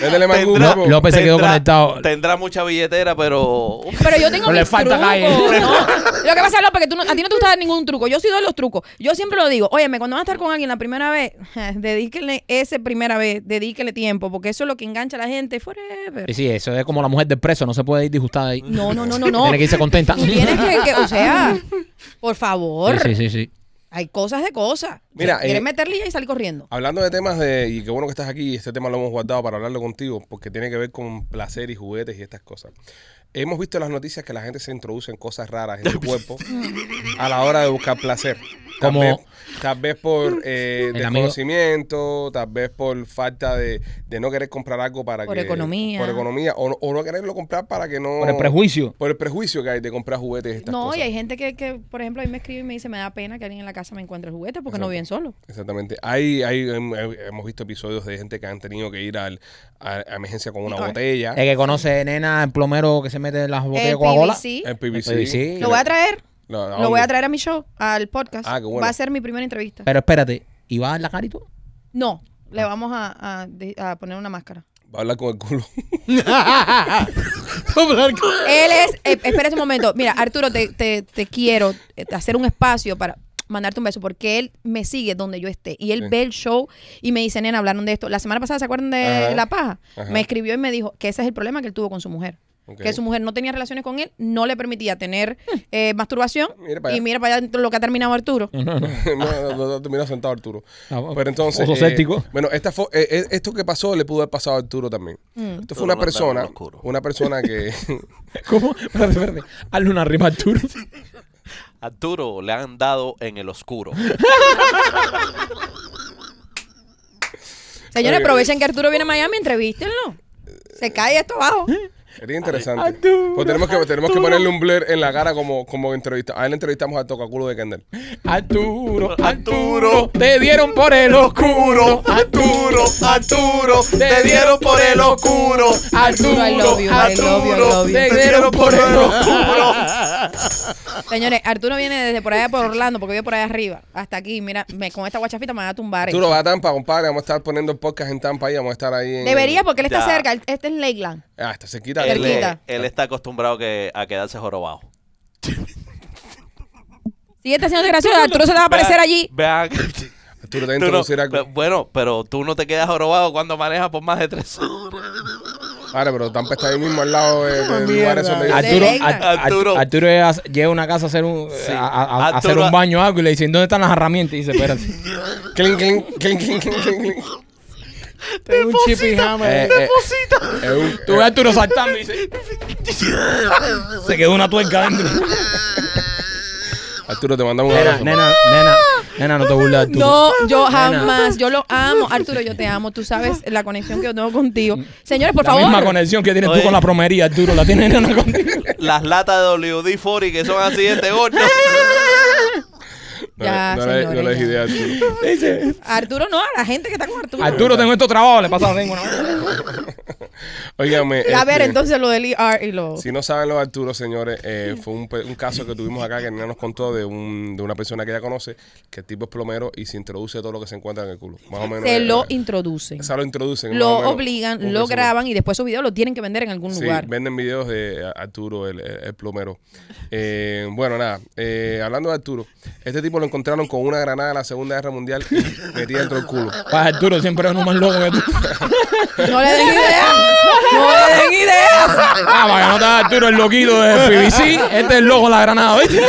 S1: Vete, le mando un
S4: Tendrá-
S1: grupo.
S2: López se Ah, quedó
S4: Tendrá-
S2: conectado.
S4: Tendrá mucha billetera, pero...
S5: Pero yo tengo
S2: No le
S5: mis
S2: falta
S5: trucos,
S2: calle.
S5: ¿no? Lo que pasa es López, que tú no- a ti no te gusta dar ningún truco. Yo sí doy los trucos. Yo siempre lo digo. Óyeme, cuando vas a estar con alguien la primera vez, dedíquenle ese primera vez, dedíquele tiempo, porque eso es lo que engancha a la gente forever.
S2: Sí, sí, eso es como la mujer del preso, no se puede ir disgustada ahí.
S5: No, no, no, no, no.
S2: Tiene que irse contenta.
S5: Tú tienes que, que- o sea, por favor,
S2: Sí, sí, sí, sí.
S5: hay cosas de cosas.
S1: Mira,
S5: quieres
S1: eh,
S5: meterle ya y salir corriendo.
S1: Hablando de temas de, y qué bueno que estás aquí, este tema lo hemos guardado para hablarlo contigo, porque tiene que ver con placer y juguetes y estas cosas. Hemos visto en las noticias que la gente se introduce en cosas raras en el cuerpo a la hora de buscar placer. Tal
S2: Como-
S1: vez, tal vez por eh,
S2: El amigo-
S1: desconocimiento, tal vez por falta de, de no querer comprar algo para
S5: Por
S1: que...
S5: economía.
S1: Por economía. O, no- o no quererlo comprar para que no...
S2: Por el prejuicio.
S1: Por el prejuicio que hay de comprar juguetes y estas
S5: No,
S1: cosas.
S5: y hay gente que, que, por ejemplo, ahí me escribe y me dice, me da pena que alguien en la casa me encuentre juguetes porque
S1: Exacto.
S5: no viven solo.
S1: Exactamente. Hay, hay, hem- he- hemos visto episodios de gente que han tenido que ir al, a, a emergencia con una
S5: Ay.
S1: botella.
S2: El que conoce nena, el plomero que se mete en las botellas
S5: El
S2: de Coca-Cola.
S5: PVC,
S1: El PVC.
S2: El PVC.
S5: lo voy a traer.
S1: No, ¿a
S5: Lo voy a
S1: dónde?
S5: traer a mi show, al podcast.
S1: Ah, qué bueno.
S5: Va a ser mi primera entrevista.
S2: Pero espérate, ¿y va a dar la cara y tú?
S5: No, le vamos a, a de- a poner una máscara.
S1: Va a hablar con el culo.
S5: Él es, eh, espera un momento. Mira, Arturo, te, te- te quiero eh, hacer un espacio para mandarte un beso porque él me sigue donde yo esté y él
S1: Sí.
S5: ve el show y me dice, nena, hablaron de esto. La semana pasada, ¿se acuerdan de
S1: Ajá.
S5: La Paja?
S1: Ajá.
S5: Me escribió y me dijo que ese es el problema que él tuvo con su mujer.
S1: Ok.
S5: Que su mujer no tenía relaciones con él, no le permitía tener eh, masturbación.
S1: Mira para
S5: y
S1: allá.
S5: mira para allá lo que ha terminado Arturo.
S1: no, no, no, no, mira sentado Arturo.
S2: Ah, bueno.
S1: Pero entonces.
S2: Oso
S1: eh,
S2: séptico.
S1: bueno, esta fo- eh, eh, esto que pasó le pudo haber pasado a Arturo también.
S5: Mm.
S1: Esto fue
S4: Arturo
S1: una
S4: lo mandaron
S1: persona.
S4: al oscuro.
S1: Una persona que.
S2: ¿Cómo? Espérate, espérate. Hazle una rima a Arturo.
S4: Arturo le han dado en el oscuro.
S5: Señores, aprovechen que Arturo viene a Miami, entrevístenlo. Se cae esto abajo.
S1: Sería interesante. pues tenemos que, tenemos que ponerle un blur en la cara como, como entrevista. A él le entrevistamos al tocaculo de Kendall.
S2: Arturo,
S4: Arturo,
S2: Arturo, te dieron por el oscuro.
S4: Arturo, Arturo, te dieron por el oscuro.
S5: Arturo, I love you, I love you, I love you.
S2: te dieron por el oscuro.
S5: Señores, Arturo viene desde por allá por Orlando, porque vive por allá arriba. Hasta aquí, mira, me- con esta guachafita me va a tumbar. eh.
S1: Arturo, va a Tampa, compadre. Vamos a estar poniendo el podcast en Tampa y vamos a estar ahí en.
S5: Debería, porque él está
S4: Ya.
S5: cerca. Él- Este es Lakeland.
S1: Ah, está cerquita.
S4: Él,
S1: Arturo.
S5: Cerquita.
S4: eh, él está acostumbrado que, a quedarse jorobado.
S5: Siguiente siendo gracioso, Arturo se te va a aparecer
S4: Vean-
S5: allí.
S4: Vean.
S1: Arturo, te voy a
S4: Tú no-
S1: introducir algo.
S4: pero- bueno, pero tú no te quedas jorobado cuando manejas por más de tres horas.
S1: Ahora, pero Tampa está ahí mismo al lado de, de
S3: Mierda.
S1: lugares donde yo-
S2: Arturo,
S5: Arturo- Delega.
S4: Arturo.
S2: Arturo llega- llega a una casa a hacer un, a- a- a- a hacer
S4: Arturo-
S2: un baño o algo y le dicen, ¿dónde están las herramientas? Y dice, espérate.
S1: Clink, clink, clink, clink, clink, clink, clink.
S3: Tengo un chip y hammer.
S1: Eh, eh, es un- eh,
S2: Tú ves a Arturo saltando y dice, se quedó una tuerca dentro.
S1: Arturo, te mandamos un
S2: Nena,
S1: abrazo.
S2: nena, nena, nena, no te burles de Arturo.
S5: No, yo jamás, yo lo amo. Arturo, yo te amo. Tú sabes la conexión que yo tengo contigo. Señores, por
S2: la
S5: favor.
S2: misma conexión que tienes
S4: Oye.
S2: tú con la promería, Arturo, la tiene nena contigo.
S4: Las latas de WD-40 que son así de este gordo.
S1: No,
S5: Ya,
S1: no le, no
S5: señores,
S1: le des
S5: ya.
S1: idea a Arturo.
S2: Dice,
S5: Arturo, no, a la gente que está con Arturo.
S2: Arturo, tengo estos trabajos, le pasa la lengua. ¿no? Pues
S1: Óigame.
S5: A ver,
S1: este,
S5: entonces lo del ER y lo.
S1: Si no saben lo de Arturo, señores, eh, fue un, pe- un caso que tuvimos acá que Nena nos contó de, un, de una persona que ella conoce, que el tipo es plomero y se introduce todo lo que se encuentra en el culo. Más o menos.
S5: se
S1: eh,
S5: lo
S1: eh,
S5: introducen.
S1: esa lo introducen. más
S5: Lo
S1: o menos.
S5: obligan,
S1: Un
S5: lo
S1: resumen.
S5: graban y después su video lo tienen que vender en algún
S1: Sí,
S5: lugar.
S1: venden videos de Arturo, el, el- el plomero. Eh, bueno, nada, eh, hablando de Arturo, este tipo lo encontraron con una granada de la Segunda Guerra Mundial y metida dentro del culo.
S2: Pues Arturo siempre es uno más loco que tú.
S5: No le den idea. No le den idea.
S2: Ah, para que no te hagas, Arturo el loquito de PBC, este es el loco de la granada, ¿viste?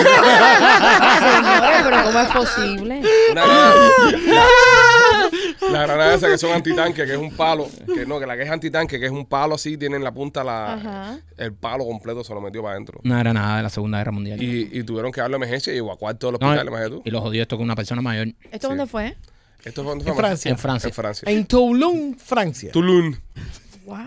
S5: Señores, pero ¿cómo es posible?
S1: Una granada. La, la granada esa que son antitanque, que es un palo. Que no, que la que es antitanque, que es un palo así, tienen la punta, la,
S5: Ajá.
S1: el palo completo se lo metió para adentro.
S2: Una granada de la Segunda Guerra Mundial.
S1: Y, y tuvieron que darle emergencia y evacuar todos los
S2: No, eh,
S1: hospitales, imagínate tú.
S2: y lo jodió esto con una persona mayor.
S5: ¿Esto dónde fue?
S1: Esto fue, ¿dónde
S3: En
S1: fue?
S3: Francia.
S2: En Francia.
S1: En Francia.
S3: En Toulon, Francia.
S1: Tulum.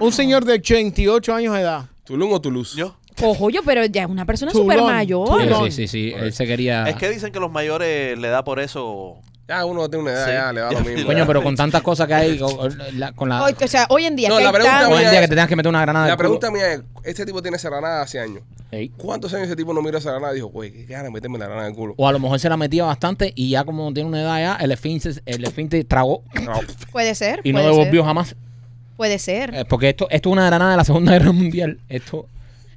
S3: Un señor de 88 años de edad.
S1: ¿Tulum o Toulouse?
S4: Yo.
S5: Cojo yo, pero ya es una persona
S3: Tulón,
S5: súper mayor.
S3: Tulón.
S2: Sí, sí, sí, sí, Él se quería.
S4: Es que dicen que los mayores le da por eso.
S1: Ya uno tiene una edad,
S4: Sí.
S1: ya le da lo mismo.
S2: Coño, pero con tantas cosas que hay, con con la. Con la
S5: Hoy- o sea, hoy en día.
S1: No,
S5: que
S1: la
S5: hay
S1: pregunta
S5: tan-
S1: mía-
S2: hoy en día que te tengas que meter una granada. en
S1: La
S2: Ah, el culo.
S1: pregunta mía es, este tipo tiene esa granada hace años.
S2: Ey.
S1: ¿Cuántos años ese tipo no mira esa granada y dijo, güey, qué gana meterme la granada en el culo?
S2: O a lo mejor se la metía bastante y ya como tiene una edad ya, el esfínter, el esfínter tragó
S5: Puede ser.
S2: y no
S5: puede
S2: devolvió
S5: ser.
S2: jamás.
S5: Puede ser.
S2: Eh, porque esto, esto es una granada de la Segunda Guerra Mundial. Esto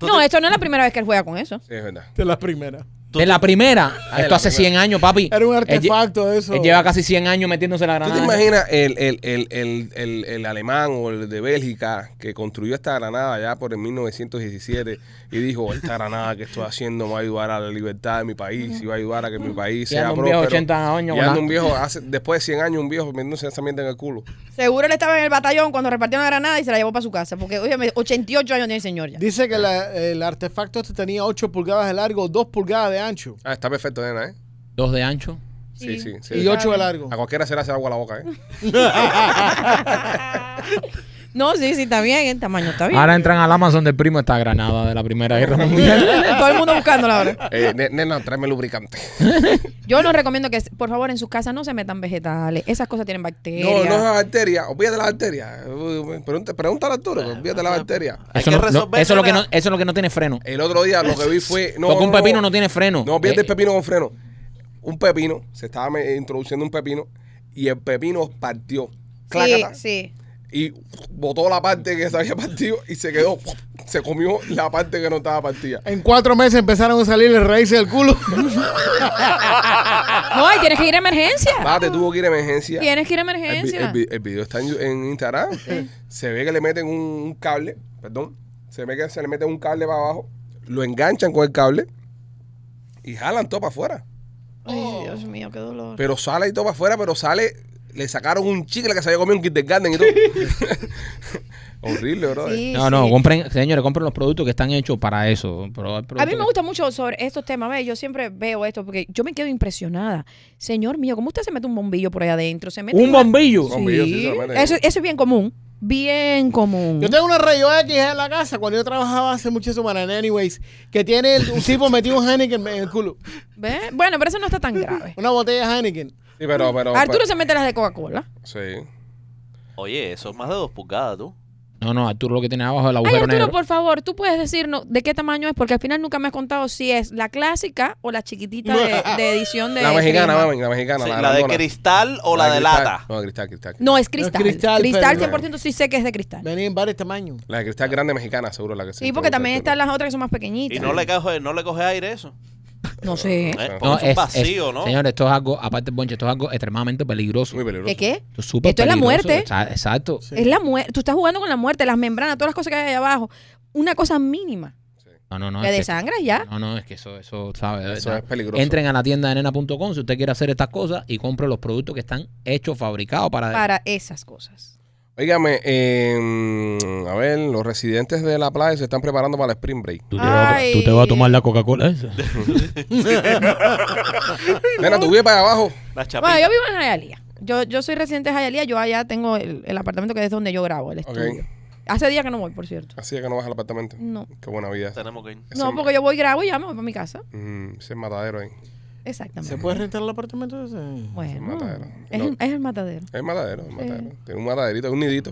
S5: No, esto no es la primera vez que él juega con eso.
S1: Sí, es verdad.
S3: De la primera.
S4: Tú-
S2: de la primera.
S1: de
S2: esto
S1: la
S2: hace
S1: primera.
S2: 100 años, papi.
S3: Era un
S2: Él lle-
S3: artefacto de eso.
S2: Él lleva casi 100 años metiéndose la
S1: ¿Tú
S2: granada.
S1: te imaginas el, el, el, el, el, el alemán o el de Bélgica que construyó esta granada allá por el 1917 y dijo, esta granada que estoy haciendo va a ayudar a la libertad de mi país y va a ayudar a que mi país
S2: Y
S1: sea
S2: anda un
S1: próspero?
S2: viejo de 80 años
S1: Y
S2: con
S1: anda
S2: la-
S1: un viejo, hace- después de 100 años, un viejo metiéndose esa mierda en el culo.
S5: Seguro él estaba en el batallón cuando repartieron la granada y se la llevó para su casa. Porque, oye, 88 años tiene el señor ya.
S3: Dice que la- el artefacto este tenía 8 pulgadas de largo, 2 pulgadas de ancho
S1: Ah, está perfecto, nena, ¿eh?
S2: Dos de ancho.
S1: Sí, sí, sí.
S3: y 8 de largo.
S1: A
S2: Ah,
S1: cualquiera se le hace agua a la boca, ¿eh?
S5: No, sí, sí, está bien. El tamaño está bien.
S2: Ahora entran al Amazon del primo esta granada de la Primera Guerra Mundial.
S5: Todo el mundo buscándola ahora.
S1: Eh, ne- nena, tráeme lubricante.
S5: Yo les recomiendo que, por favor, en sus casas no se metan vegetales. Esas cosas tienen bacterias.
S1: No, no es las arterias. Olvídate las arterias. Eh, Pregunta, pregúntale a Arturo,
S2: Ah,
S1: pero olvídate las arterias.
S4: Hay
S2: Eso,
S4: que
S2: no- no-
S4: resolver,
S2: eso es lo que no,
S4: nena.
S2: eso es lo que no tiene freno.
S1: El otro día lo que vi fue. No,
S2: Porque un pepino no tiene freno.
S1: No, olvídate
S2: Eh,
S1: el pepino con freno. Un pepino, se estaba me- introduciendo un pepino y el pepino partió.
S5: Sí,
S1: Clácata,
S5: sí.
S1: Y botó la parte que se había partido y se quedó. Se comió la parte que no estaba partida.
S3: En 4 meses empezaron a salirle raíces del culo.
S5: No, y tienes que ir a emergencia.
S1: Va, te tuvo que ir a emergencia.
S5: Tienes que ir a
S1: El, vi-
S5: emergencia.
S1: el vi- el video está en, en Instagram. Se ve que le meten un, un cable, perdón. Se ve que se le meten un cable para abajo, lo enganchan con el cable y jalan todo para afuera.
S5: Ay, Dios mío, qué dolor.
S1: Pero sale y todo para afuera, pero sale le sacaron un chicle que se había comido un kindergarten y todo. Horrible, bro.
S5: Sí,
S2: No, no,
S5: sí.
S2: compren, señores, compren los productos que están hechos para eso. Pero hay
S5: A mí me
S2: productos
S5: gusta mucho sobre estos temas. ve, Yo siempre veo esto porque yo me quedo impresionada. Señor mío, ¿cómo usted se mete un bombillo por ahí adentro? ¿Se mete
S2: que- un
S5: una-
S2: bombillo.
S1: Bombillo, sí,
S5: Sí.
S1: se lo mete.
S5: Eso, eso es bien común. Bien común.
S3: Yo tengo una rayo X en la casa cuando yo trabajaba hace muchas semanas en Anyways, que tiene el- un tipo metido un Heineken en el culo.
S5: ¿Ve? Bueno, pero eso no está tan grave.
S3: Una botella de Heineken.
S1: Sí, pero, pero.
S5: Arturo se mete las de Coca-Cola.
S1: pero- sí.
S4: Oye, eso es más de dos pulgadas, tú.
S2: No, no, Arturo lo que tiene abajo es el
S5: Ay,
S2: agujero
S5: Arturo,
S2: negro.
S5: por favor, tú puedes decirnos de qué tamaño es, porque al final nunca me has contado si es la clásica o la chiquitita de, de edición de.
S1: La mexicana,
S5: Prisma.
S1: mami, la mexicana.
S4: Sí, la de
S1: grandona.
S4: cristal o la,
S1: de
S4: de
S1: cristal.
S4: lata.
S1: No, cristal, cristal.
S5: No, es cristal.
S3: cristal,
S5: cristal,
S3: pero-
S5: 100% sí sé que es de cristal.
S3: Venía en varios tamaños.
S1: La de cristal grande mexicana, seguro la que sí.
S5: Sí, porque también están las otras que son más pequeñitas.
S4: Y no le coge, no le coge aire eso.
S5: No sé.
S4: Eh, porque
S2: No,
S4: eso es, vacío, ¿no?
S2: Señores, esto es algo, aparte, Ponche, esto es algo extremadamente peligroso.
S1: Muy peligroso.
S5: ¿Qué qué?
S2: Esto es, súper
S5: Esto es la
S2: peligroso.
S5: muerte.
S2: Exa- Exacto.
S5: Es la muerte. Tú estás jugando con la muerte, las membranas, todas las cosas que hay ahí abajo. Una cosa mínima.
S2: No, no, no.
S5: Te
S2: es que-
S5: desangras ya.
S2: No, no, es que eso, eso, ¿sabes? De
S1: Eso
S2: verdad.
S1: es peligroso.
S2: Entren a la tienda de nena.com si usted quiere hacer estas cosas y compre los productos que están hechos, fabricados para...
S5: para esas cosas.
S1: Óigame, eh, a ver, los residentes de la playa se están preparando para el Spring Break.
S2: Tú
S5: te vas- Ay. tú te vas a tomar
S2: la Coca-Cola esa.
S1: Nena, tú vives para abajo.
S4: La chapita.
S5: Bueno, yo vivo en Hialeah. Yo, yo soy residente de Hialeah. Yo allá tengo el, el apartamento que es donde yo grabo, el estudio. Hace días que no voy, por cierto.
S1: Así es que no vas al apartamento.
S5: No.
S1: Qué buena vida. esa.
S4: Tenemos que ir.
S1: Ese
S5: No,
S1: es-
S5: porque yo voy, grabo y ya me voy para mi casa.
S1: Mm, ese es matadero ahí.
S5: Exactamente.
S3: ¿Se puede rentar el apartamento ese?
S5: Bueno,
S1: matadero.
S5: es,
S1: No.
S5: el, es el matadero.
S1: Es matadero, es matadero. Tiene un mataderito, un nidito.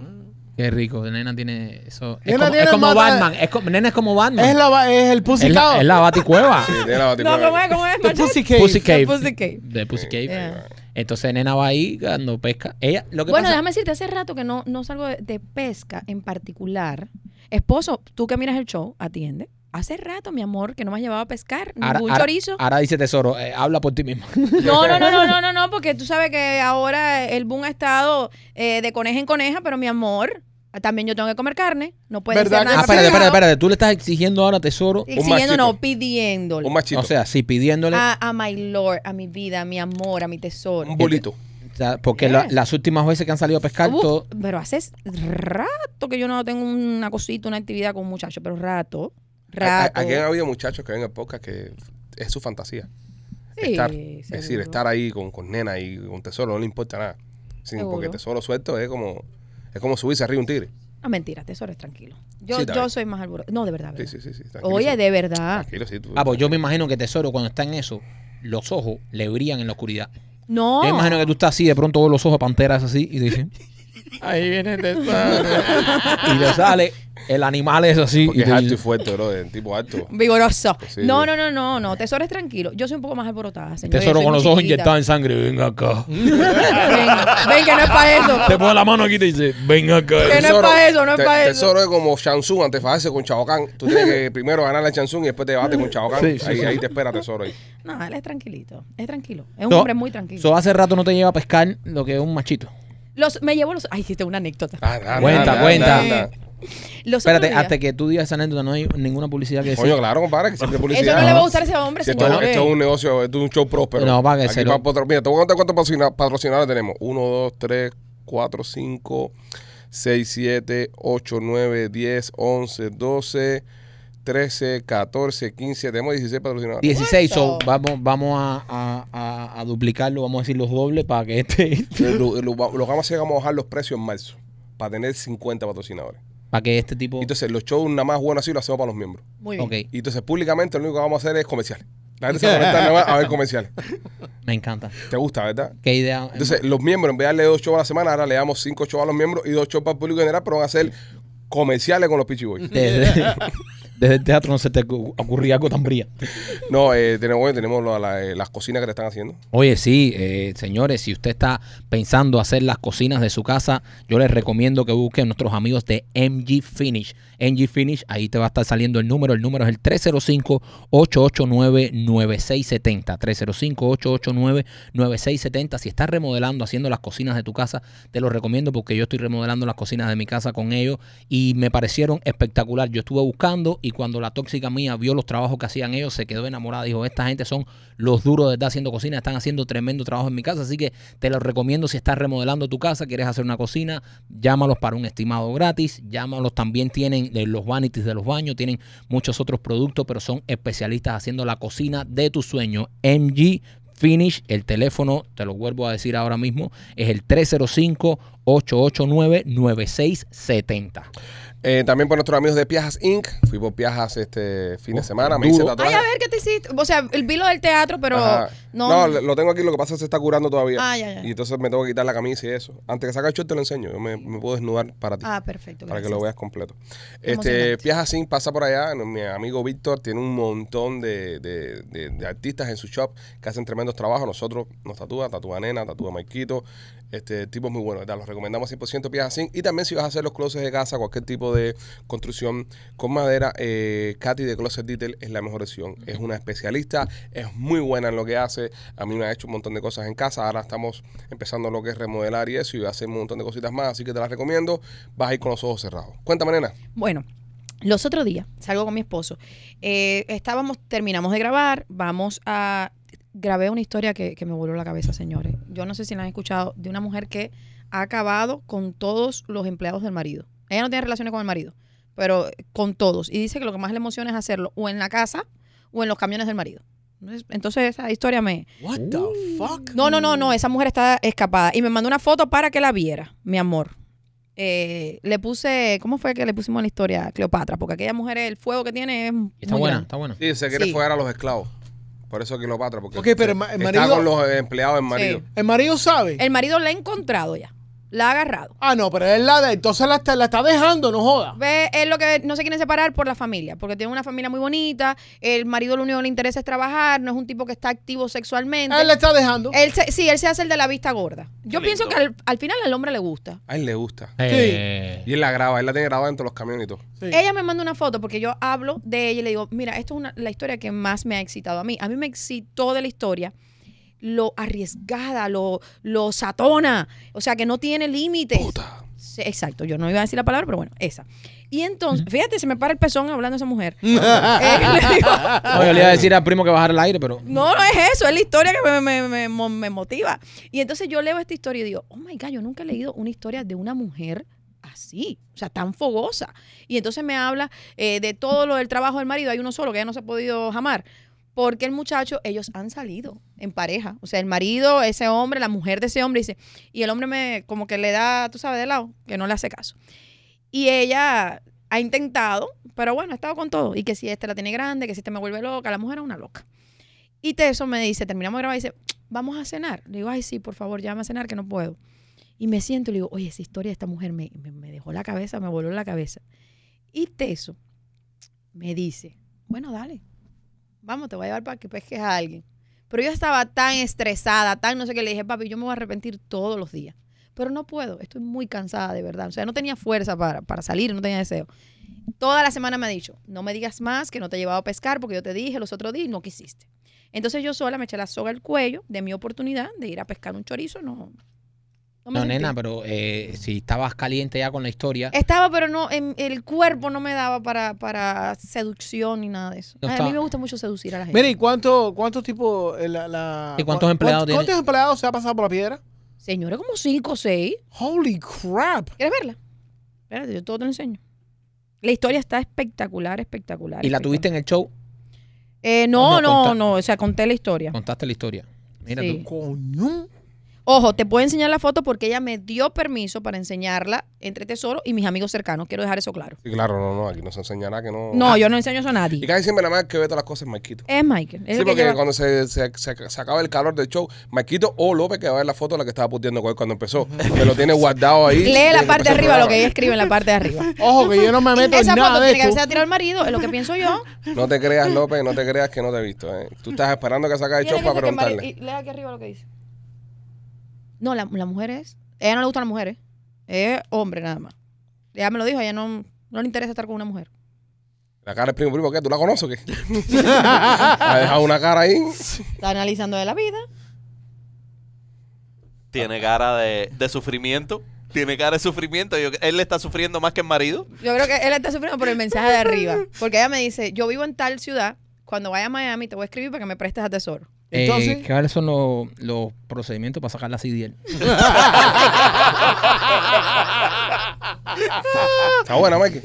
S2: Qué rico, nena tiene eso. Es
S3: Nena
S2: como,
S3: tiene
S2: es como
S3: mata-
S2: Batman, es como- nena es como Batman.
S3: Es, la, va- es
S2: Es
S3: el
S2: la,
S3: pusicado.
S2: es la baticueva.
S1: Sí, tiene la
S5: No,
S1: baticueva
S5: ¿cómo es?
S1: ahí.
S5: ¿Cómo es? Eh,
S3: El
S5: macho?
S3: pussy cave.
S2: Pussy Cave.
S5: La Pussy Cave.
S2: De Pussy Cave.
S5: Yeah.
S2: Entonces nena va ahí cuando pesca. Ella, lo que
S5: Bueno,
S2: pasa...
S5: déjame decirte, hace rato que no, no salgo de, de pesca en particular. Esposo, tú que miras el show, atiende. Hace rato, mi amor, que no me has llevado a pescar
S2: Ahora,
S5: ningún
S2: ahora-
S5: chorizo. Ah,
S2: ahora dice tesoro, eh, habla por ti mismo.
S5: No, no, no, no, no, no, no, porque tú sabes que ahora el boom ha estado eh, de coneja en coneja, pero mi amor, también yo tengo que comer carne. No puede
S3: ¿Verdad
S5: ser
S3: que
S5: nada
S2: ah, espérate, espérate,
S5: pescado.
S2: espérate. Tú le estás exigiendo ahora tesoro.
S1: Un
S5: Exigiendo,
S1: machito.
S5: no, pidiéndole.
S1: Un machito.
S2: O sea, sí, pidiéndole.
S5: A, a my lord, a mi vida, a mi amor, a mi tesoro.
S1: un bolito.
S2: O sea, Porque
S5: Yes.
S2: la- las últimas veces que han salido a pescar,
S5: Uf,
S2: todo,
S5: pero hace rato que yo no tengo una cosita, una actividad con un muchacho, pero rato,
S1: A- a-
S5: rato.
S1: Aquí han habido muchachos que ven el podcast que es su fantasía.
S5: Sí,
S1: estar, es
S5: seguro.
S1: decir, estar ahí con, con nena y con tesoro, no le importa nada. Sí,
S5: Seguro.
S1: porque tesoro suelto es como es como subirse arriba un tigre.
S5: Ah, mentira, tesoro, es tranquilo. Yo,
S1: Sí, está
S5: yo
S1: bien.
S5: soy más alborotado. No, de verdad.
S1: Sí,
S5: ¿verdad?
S1: sí, sí, sí. tranquilo,
S5: Oye,
S1: sí.
S5: de verdad.
S1: Tranquilo, sí. tú-
S2: Ah, pues yo me imagino que Tesoro cuando está en eso, los ojos le brillan en la oscuridad.
S5: No.
S2: Yo me imagino que tú estás así, de pronto ves los ojos panteras así y dices, ahí viene Tesoro. y le sale el animal es así.
S1: porque
S2: y
S1: es
S2: te
S1: alto y
S2: dice,
S1: fuerte, bro. Es un tipo alto.
S5: Vigoroso.
S1: Sí,
S5: no,
S1: sí.
S5: no, no, no, no. Tesoro es tranquilo. Yo soy un poco más alborotada, señor.
S2: Tesoro con los ojos inyectados en sangre, ven acá.
S5: Mm. Ven, ven, que no es para
S2: Te
S5: eso.
S2: pone la mano aquí y te dice, ven
S5: Que
S2: acá.
S5: no es pa' eso, no es
S1: te-
S5: pa' eso.
S1: Tesoro es como Shansun antes de fajarse con Chabacán. Tú tienes que primero ganar la Shansun y después te bates con Chabacán.
S2: Sí, sí,
S1: ahí,
S2: sí.
S1: ahí te espera Tesoro. Ahí.
S5: No, él es tranquilito. Es tranquilo. Es un
S2: So-
S5: hombre muy tranquilo.
S1: ah.
S2: So hace rato no te lleva a pescar lo que es un machito.
S5: Los, me llevo los. Ay, sí, tengo una anécdota.
S1: Ah, anda,
S2: Cuenta,
S1: anda,
S2: cuenta.
S1: anda, anda.
S5: Los
S2: Espérate,
S5: otros días-
S2: hasta que tú digas esa anécdota no hay ninguna publicidad que
S1: Coño,
S2: decir.
S1: claro, compadre, que siempre
S5: Eso
S1: publicidad.
S5: no le va a gustar a ese hombre,
S1: Si esto,
S5: señor.
S1: esto es un negocio, esto es un show próspero.
S2: No, va que
S1: Aquí
S2: se lo-
S1: va potro- Mira, te voy a contar cuántos patrocina- patrocinadores tenemos. 1, 2, 3, 4, 5, 6, 7, 8, 9, 10, 11, 12, 13, 14, 15. Tenemos 16 patrocinadores.
S2: 16, so,
S5: Eso.
S2: vamos, vamos a, a- a- a duplicarlo, vamos a decir los dobles para que este,
S1: Eh, Lo, lo- lo que vamos a hacer es que vamos a bajar los precios en marzo para tener 50 patrocinadores.
S2: para que este
S5: Oh.
S2: tipo.
S1: Entonces, los shows nada más buenos así lo hacemos para los miembros.
S5: Muy bien.
S2: Ok,
S1: Y entonces, públicamente, lo único que vamos a hacer es comerciales. La gente se va a conectar nada más a ver comerciales.
S2: me encanta.
S1: ¿Te gusta, verdad?
S2: Qué idea.
S1: Entonces, los miembros, en vez de darle dos shows a la semana, ahora le damos cinco shows a los miembros y dos shows para el público general, pero van a hacer comerciales con los Pichi Boys.
S2: desde, desde el teatro no se te ocu- ocurría algo tan brilla.
S1: No, eh, tenemos, bueno, tenemos lo- la- eh, las cocinas que te están haciendo.
S2: Oye, sí, eh, señores, si usted está pensando hacer las cocinas de su casa, yo les recomiendo que busquen nuestros amigos de MG Finish. MG Finish, ahí te va a estar saliendo el número. El número es el 305-889-9670. 305-889-9670. Si estás remodelando, haciendo las cocinas de tu casa, te lo recomiendo porque yo estoy remodelando las cocinas de mi casa con ellos y me parecieron espectacular. Yo estuve buscando
S6: y cuando la tóxica mía vio los trabajos que hacían ellos, se quedó enamorada. Dijo, esta gente son los duros de estar haciendo cocina, están haciendo tremendo trabajo en mi casa, así que te los recomiendo si estás remodelando tu casa, quieres hacer una cocina, llámalos para un estimado gratis, llámalos también tienen de los vanities de los baños, tienen muchos otros productos, pero son especialistas haciendo la cocina de tu sueño. MG Finish, el teléfono, te lo vuelvo a decir ahora mismo, es el 305-889-9670.
S1: Eh, también por nuestros amigos de Piajas Inc. Fui por Piajas este fin de semana. Me hice
S6: duro.
S5: Oh, Ay,
S1: tatuaje.
S5: a ver, ¿qué te hiciste? O sea, el vilo del teatro, pero
S1: Ajá.
S5: no.
S1: No, lo lo tengo aquí. Lo que pasa es que se está curando todavía.
S5: Ah, ya, ya.
S1: Y entonces me tengo que quitar la camisa y eso. Antes que saca el short te lo enseño. Yo me, me puedo desnudar para ti.
S5: Ah, perfecto.
S1: para que
S5: gracias.
S1: lo veas completo. Este,
S5: Emocionante.
S1: Piaja Sin pasa por allá. Mi amigo Víctor tiene un montón de, de- de- de artistas en su shop que hacen tremendos trabajos. Nosotros nos tatúa, tatúa Nena, tatúa Maikito. Este tipo es muy bueno, ¿verdad? Los recomendamos 100% Piaja Sin. Y también si vas a hacer los closets de casa, cualquier tipo de construcción con madera, eh, Katy de Closet Detail es la mejor opción. Es una especialista, es muy buena en lo que hace. A mí me ha hecho un montón de cosas en casa. Ahora estamos empezando lo que es remodelar y eso y hacer un montón de cositas más. Así que te las recomiendo. Vas a ir con los ojos cerrados. Cuéntame, nena.
S5: Bueno, los otros días salgo con mi esposo. Eh, estábamos, terminamos de grabar, vamos a. Grabé una historia que, que me voló la cabeza, señores. Yo no sé si la han escuchado, de una mujer que ha acabado con todos los empleados del marido. Ella no tiene relaciones con el marido, pero eh, con todos. Y dice que lo que más le emociona es hacerlo o en la casa o en los camiones del marido. Entonces- Entonces esa historia me...
S3: What the
S6: Uh,
S3: fuck?
S5: No, no, no, no, esa mujer está escapada. Y me mandó una foto para que la viera, mi amor. Eh, le puse, ¿cómo fue que le pusimos en la historia? Cleopatra, porque aquella mujer, el fuego que tiene es...
S6: Está
S5: muy
S6: buena,
S5: grande.
S6: está buena.
S1: Sí, se quiere
S5: Sí.
S1: fugar a los esclavos. Por eso Cleopatra, porque
S3: Ok, pero el ma- el
S1: está
S3: marido-
S1: con los empleados en marido.
S5: Sí.
S3: ¿El marido sabe?
S5: El marido la ha encontrado ya, la ha agarrado.
S3: Ah, no, pero él la de, entonces la está, la está dejando, no joda.
S5: Ve, es lo que no se quieren separar por la familia, porque tiene una familia muy bonita, el marido lo único que le interesa es trabajar, no es un tipo que está activo sexualmente.
S3: Él Ah, la está dejando.
S5: Él se- sí, él se hace el de la vista gorda. Yo
S4: Qué
S5: pienso
S4: lindo.
S5: que al, al final al hombre le gusta.
S1: A él le gusta.
S6: Eh,
S1: Y él la graba, él la tiene grabada entre los camiones y todo.
S3: Sí.
S5: Ella me manda una foto porque yo hablo de ella y le digo, mira, esto es una- la historia que más me ha excitado a mí. A mí me excitó de la historia lo arriesgada, lo, lo satona, o sea, que no tiene límites. Sí, Exacto, yo no iba a decir la palabra, pero bueno, esa. Y entonces, fíjate, se me para el pezón hablando de esa mujer.
S3: Ah,
S5: Eh, le digo,
S6: no, yo le iba a decir al primo que bajara el aire, pero.
S5: no, no es eso, es la historia que me, me- me- mo- me motiva. Y entonces yo leo esta historia y digo, oh my God, yo nunca he leído una historia de una mujer así, o sea, tan fogosa. Y entonces me habla eh, de todo lo del trabajo del marido, hay uno solo que ya no se ha podido jamar. Porque el muchacho, ellos han salido en pareja. O sea, el marido, ese hombre, la mujer de ese hombre, dice, y el hombre me, como que le da, tú sabes, de lado, que no le hace caso. Y ella ha intentado, pero bueno, ha estado con todo. Y que si este la tiene grande, que si este me vuelve loca, la mujer es una loca. Y Teso me dice, terminamos de grabar y dice, vamos a cenar. Le digo, ay, sí, por favor, llévame a cenar que no puedo. Y me siento y le digo, oye, esa historia de esta mujer me, me- me dejó la cabeza, me voló la cabeza. Y Teso me dice, bueno, dale, vamos, te voy a llevar para que pesques a alguien. Pero yo estaba tan estresada, tan no sé qué, le dije, papi, yo me voy a arrepentir todos los días. Pero no puedo, estoy muy cansada de verdad. O sea, no tenía fuerza para, para salir, no tenía deseo. Toda la semana me ha dicho, no me digas más que no te he llevado a pescar porque yo te dije los otros días y no quisiste. Entonces yo sola me eché la soga al cuello de mi oportunidad de ir a pescar un chorizo. No, no me
S6: No,
S5: sentí.
S6: nena, pero eh, si estabas caliente ya con la historia.
S5: Estaba, pero no, en- el cuerpo no me daba para, para seducción ni nada de eso.
S6: No
S5: Ay, a
S6: está-
S5: mí me gusta mucho seducir a la gente.
S3: Mira, ¿y cuánto, cuántos tipos eh, la, la-
S6: ¿Y cuántos empleados
S3: cuántos-
S6: tiene?
S3: ¿Cuántos empleados se ha pasado por la piedra?
S5: Señora, como cinco o seis.
S3: Holy crap.
S5: ¿Quieres verla? Espérate, yo todo te lo enseño. La historia está espectacular, espectacular.
S6: Y la
S5: espectacular.
S6: tuviste en el show,
S5: Eh, no,
S6: No,
S5: no,
S6: contá-
S5: no, o sea, conté la historia.
S6: contaste la historia. Mira tú.
S5: Sí.
S3: Coño.
S5: Ojo, te puedo enseñar la foto porque ella me dio permiso para enseñarla entre Tesoro y mis amigos cercanos. Quiero dejar eso claro.
S1: Sí, claro, no, no, aquí no se enseñará que
S6: Oh.
S1: no.
S5: No, yo no enseño eso a nadie.
S1: Y casi siempre la más que ve todas las cosas es Maikito.
S5: Es Michael. Es
S1: Sí,
S5: el que
S1: porque
S5: lleva-
S1: cuando se, se- se- se acaba el calor del show, Maquito o López, que va a ver la foto de la que estaba puteando con él cuando empezó, que lo tiene guardado ahí.
S5: Lee la
S1: desde que
S5: parte
S1: empezó
S5: de
S1: el
S5: arriba, lo
S1: programa.
S5: que ella escribe en la parte de arriba.
S3: Ojo, que yo no me meto en
S5: Esa
S3: nada
S5: foto
S3: de
S5: tiene que
S3: esto.
S5: haberse tirado al marido, es lo que pienso yo.
S1: No te creas, López, no te creas que no te he visto. ¿eh? Tú estás esperando que saca el show
S5: Tiene
S1: para
S5: que ser que el mari-
S1: preguntarle.
S5: y Lee aquí arriba lo que dice. No, la, la mujer es. Ella no le gustan las mujeres. Es hombre nada más. Ella me lo dijo, a ella no, no le interesa estar con una mujer.
S1: La cara del primo primo, ¿qué? ¿Tú la conoces o qué? ha dejado una cara ahí.
S5: Está analizando de la vida.
S4: Tiene cara de, de sufrimiento. Tiene cara de sufrimiento. Yo- él le está sufriendo más que el marido.
S5: Yo creo que él está sufriendo por el mensaje de arriba. Porque ella me dice, yo vivo en tal ciudad, cuando vaya a Miami te voy a escribir para que me prestes a Tesoro.
S3: Entonces-
S2: Eh, ¿Cuáles son los, los procedimientos para sacar la CDL?
S1: Está buena, Mike.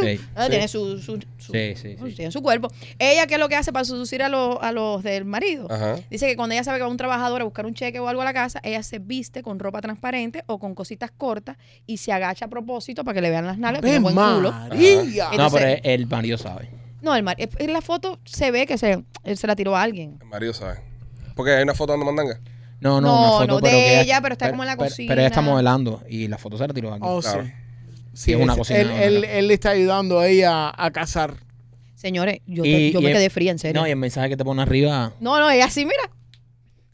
S2: Sí,
S5: Ah, Tiene su, su, su-
S2: sí, sí, sí.
S5: tiene su cuerpo. Ella, ¿qué es lo que hace para seducir a, los a los del marido?
S1: Ajá.
S5: Dice que cuando ella sabe que va un trabajador a buscar un cheque o algo a la casa, ella se viste con ropa transparente o con cositas cortas y se agacha a propósito para que le vean las nalgas.
S3: Ve
S5: Tiene buen culo. Eh,
S3: María.
S5: Ajá.
S2: No,
S5: Entonces-
S2: pero el- el marido sabe.
S5: No, el mar, eh, en la foto se ve que se, él se la tiró a alguien.
S1: El marido sabe. Porque hay una foto dando mandanga.
S2: No, no,
S5: No,
S2: una foto,
S5: no,
S2: pero
S5: de
S2: que
S5: ella, pero está como en la
S2: pero-
S5: cocina.
S2: Pero ella está modelando y la foto se la tiró aquí.
S3: Oh, sí.
S1: Claro.
S3: Sí,
S2: Es una
S3: es-
S2: cocina,
S3: él,
S2: ¿no?
S3: él- él le está ayudando a ella a cazar.
S5: Señores, yo, te-
S2: Y-
S5: yo me
S2: y-
S5: quedé fría, en serio.
S2: No, y el mensaje que te pone arriba,
S5: No, no, ella sí, mira.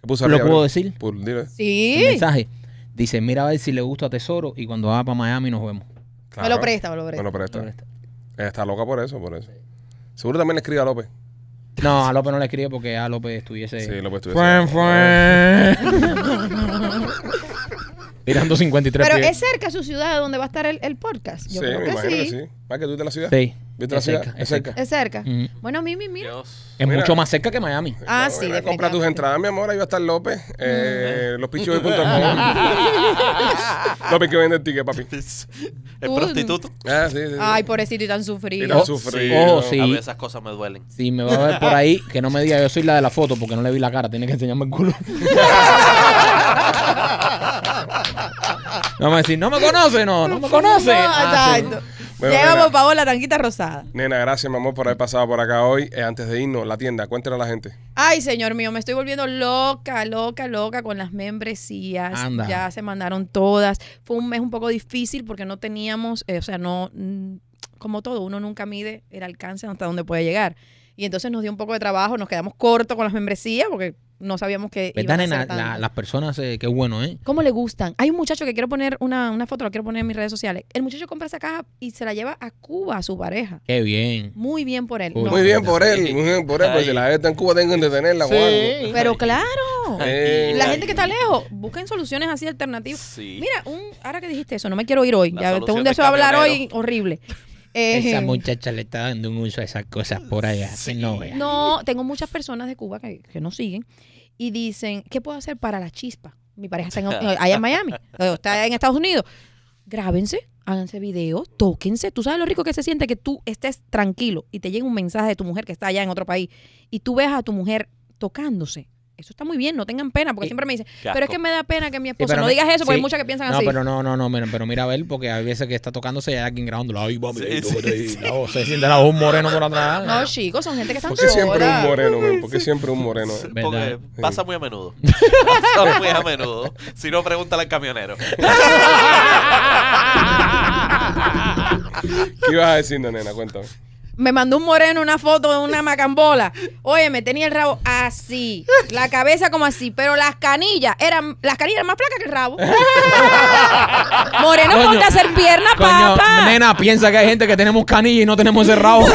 S1: ¿Qué puso
S2: ¿lo
S1: arriba,
S2: puedo
S1: bro?
S2: decir?
S1: Por, dile.
S2: El
S5: Sí.
S2: mensaje. Dice, mira a ver si le gusta Tesoro y cuando va para Miami nos vemos.
S5: Me
S1: Claro.
S5: lo presta, me lo presta.
S1: Me lo presta. Ella está loca por eso, por eso. Seguro también le escribe a López.
S2: No, a López no le escribe porque a López estuviese
S1: Sí, López estuviese.
S2: Fuen, fuen. tirando 53
S5: Pero es
S2: pies.
S5: cerca su ciudad de donde va a estar el, el podcast.
S1: Sí,
S5: Yo
S1: me
S5: creo que
S1: imagino
S5: sí.
S1: que sí. Mike, ¿tú viste la ciudad?
S2: Sí.
S1: ¿Viste la
S2: es
S1: ciudad?
S2: cerca,
S1: Es cerca.
S5: Es cerca.
S2: Ujú.
S5: Bueno, Mimi, mira.
S4: Dios.
S2: Es
S1: Mira.
S2: mucho más cerca que Miami.
S5: Ah,
S1: No,
S5: sí,
S1: mira, compra tus
S5: definitivamente.
S1: entradas, mi amor. Ahí va a estar López. Eh, Lospichiboy.com. López que vende el ticket, papi.
S4: El
S5: Tú-
S4: prostituto.
S1: Ah, sí, sí, sí.
S5: Ay, pobrecito y tan
S1: Y
S5: sufrido.
S1: tan
S2: Oh,
S1: sufrido.
S2: oh, sí.
S4: A ver, esas cosas me duelen.
S2: Si me va a ver por ahí, que no me diga yo soy la de la foto porque no le vi la cara, tiene que enseñarme el culo. No me va a decir, no me conoce, no, no me conoce.
S5: No,
S2: Ah, sí.
S5: exacto.
S1: Bueno,
S5: Llega,
S1: nena.
S5: por favor, la tanquita rosada.
S1: Nena, gracias, mi amor, por haber pasado por acá hoy. Eh, antes de irnos, la tienda, cuéntale a la gente.
S5: Ay, señor mío, me estoy volviendo loca, loca, loca con las membresías.
S2: Anda.
S5: Ya se mandaron todas. Fue un mes un poco difícil porque no teníamos, eh, o sea, no, mm, como todo, uno nunca mide el alcance hasta dónde puede llegar. Y entonces nos dio un poco de trabajo, nos quedamos cortos con las membresías porque no sabíamos que...
S2: ¿Verdad,
S5: iban a
S2: nena?
S5: ser tan-
S2: La- las personas, eh, qué bueno, ¿eh?
S5: ¿Cómo le gustan? Hay un muchacho que quiero poner una, una foto, la quiero poner en mis redes sociales. El muchacho compra esa caja y se la lleva a Cuba a su pareja.
S2: Qué bien.
S5: Muy bien por él.
S2: Uy.
S5: No,
S1: Muy bien por él, muy bien por él. Porque
S4: Ay.
S1: si la gente está en Cuba, tengan que tenerla,
S3: Sí.
S1: Juan. Eh,
S5: Pero claro,
S1: eh,
S5: la gente que está lejos, busquen soluciones así alternativas.
S4: Sí.
S5: Mira, un, ahora que dijiste eso, no me quiero ir hoy.
S4: La
S5: Ya tengo
S4: solución
S5: un
S4: del
S5: deseo de hablar hoy
S4: camionero.
S5: horrible. Eh,
S2: Esa muchacha le está dando un uso a esas cosas por allá. que no vea.
S5: no, tengo muchas personas de Cuba que, que nos siguen y dicen, ¿qué puedo hacer para la chispa? Mi pareja está en, allá en Miami, o está en Estados Unidos. Grábense, háganse videos, tóquense. Tú sabes lo rico que se siente que tú estés tranquilo y te llegue un mensaje de tu mujer que está allá en otro país y tú veas a tu mujer tocándose. Eso está muy bien, no tengan pena, porque
S2: Y-
S5: siempre me dicen,
S4: Qué asco.
S5: pero es que me da pena que mi esposa.
S2: pero
S5: no
S2: no-
S5: digas eso,
S2: sí.
S5: porque hay muchas que piensan
S2: No,
S5: así.
S2: pero no, no, no, mira, pero mira a ver, porque hay veces que está tocándose y hay alguien grabándolo. Ay, mami,
S4: Sí,
S2: ahí,
S4: sí,
S2: tócate ahí. No, se siente la voz moreno por atrás.
S5: No, chicos, son gente que están
S1: ¿Por qué siempre un
S5: sola.
S1: moreno, man? ¿Por qué siempre un moreno? eh?
S4: Porque
S2: ¿Verdad?
S4: pasa muy a menudo. pasa muy a menudo. Si no, pregúntale al camionero.
S1: ¿Qué ibas a decir, nena? Cuéntame.
S5: Me mandó un moreno una foto de una macambola. Oye, me tenía el rabo así, la cabeza como así, pero las canillas eran las canillas eran más flacas que el rabo. moreno
S2: Coño.
S5: ponte a hacer pierna,
S2: Coño,
S5: papá.
S2: nena, piensa que hay gente que tenemos canilla y no tenemos cerrado.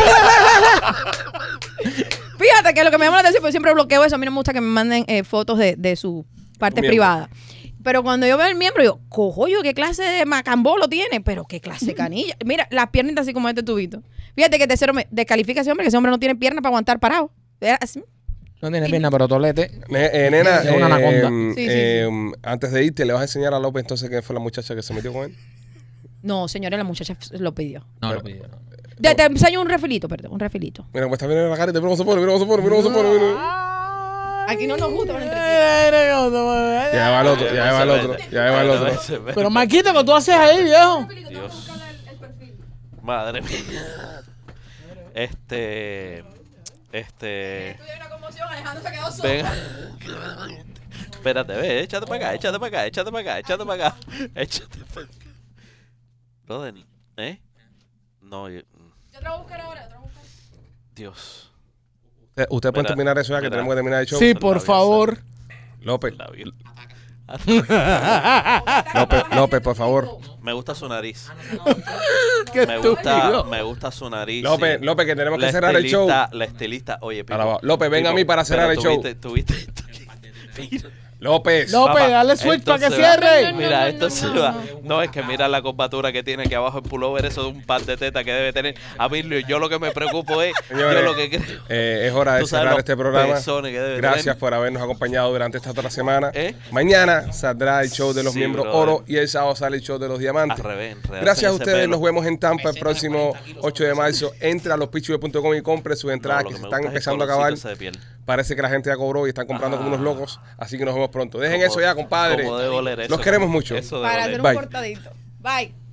S5: Fíjate que lo que me llama la atención, porque siempre bloqueo eso. A mí no me gusta que me manden eh, fotos de, de su parte
S1: Miembro.
S5: privada. Pero cuando yo veo el miembro, yo, cojo yo, qué clase de macambolo tiene, pero qué clase de canilla. Mira, las piernitas así como este tubito. Fíjate que tercero me descalifica a ese hombre, que ese hombre no tiene pierna para aguantar parado. Era así.
S2: No tiene pierna, pero tolete.
S1: Ne- eh, nena,
S2: Es una
S1: eh,
S2: anaconda.
S5: Sí, sí,
S1: eh, antes de irte, ¿le vas a enseñar a López entonces que fue la muchacha que se metió con él?
S5: No, señores, la muchacha f- lo pidió.
S2: No, lo pidió. no.
S5: Te, te enseño un refilito, perdón, un refilito.
S1: Mira, pues está viendo la cara y te mira cómo se pone, mira cómo se pone, mira cómo se pone.
S3: Ah.
S1: mira.
S5: Aquí no nos gusta. bueno, entre-
S1: Ya va el otro, ya va el otro, ya va el otro.
S3: Pero Maquita, ¿qué tú haces ahí, viejo?
S4: Dios. Madre mía. Este. Este. Venga. Espérate, ve, échate para acá, échate para acá, échate para acá, échate para acá. Échate para acá. Brother, ¿eh? No, yo. Dios.
S1: Eh, Ustedes pueden
S4: Mira,
S1: terminar eso ya que
S4: mira.
S1: tenemos que terminar el show.
S3: Sí,
S4: Son
S3: por
S4: labios,
S3: favor.
S1: López,
S4: La vi-
S1: López, López, por favor.
S4: Me gusta su nariz.
S3: Qué
S4: Me gusta,
S3: estúpido.
S4: me gusta su nariz.
S1: López,
S4: sí.
S1: López, que tenemos
S4: La
S1: que cerrar el show.
S4: estilista- La estilista, oye, Pipo,
S1: Ahora va. López, ven a
S4: Pipo,
S1: mí para cerrar
S4: pero
S1: el show.
S4: tuviste- tuviste-
S1: López.
S3: No. López, dale
S4: esto
S3: switch para que
S4: se
S3: cierre.
S4: va.
S5: No, no,
S4: Mira,
S5: no,
S4: esto
S5: no,
S4: se
S5: no,
S4: va.
S5: no.
S4: No, es que mira la curvatura que tiene aquí abajo el pullover, eso de un par de tetas que debe tener. A mí, lo- yo lo que me preocupo es, yo
S1: Señores,
S4: lo que creo.
S1: eh, es hora de
S4: Tú sabes
S1: cerrar
S4: los
S1: este programa.
S4: pezones que debe
S1: Gracias
S4: tener.
S1: por habernos acompañado durante esta otra semana.
S4: ¿Eh?
S1: Mañana saldrá el show de los
S4: Sí,
S1: miembros
S4: brother.
S1: oro y el sábado sale el show de los diamantes.
S4: Al revés, en realidad,
S1: Gracias a
S4: ese
S1: ustedes.
S4: pelo.
S1: Nos vemos en Tampa el próximo 8 de marzo. Entra a lospichube.com y compre sus entradas
S4: No, lo
S1: que se
S4: me
S1: están
S4: gusta es el
S1: empezando a acabar.
S4: colorcito ese de piel.
S1: Parece que la gente ya cobró y están comprando como unos locos. Así que nos vemos pronto. Dejen
S4: Como-
S1: eso ya, compadre.
S4: como debe oler
S1: Los
S4: eso.
S1: queremos mucho.
S4: Eso debe
S5: Para
S4: oler.
S5: hacer un
S1: Bye.
S5: cortadito. Bye.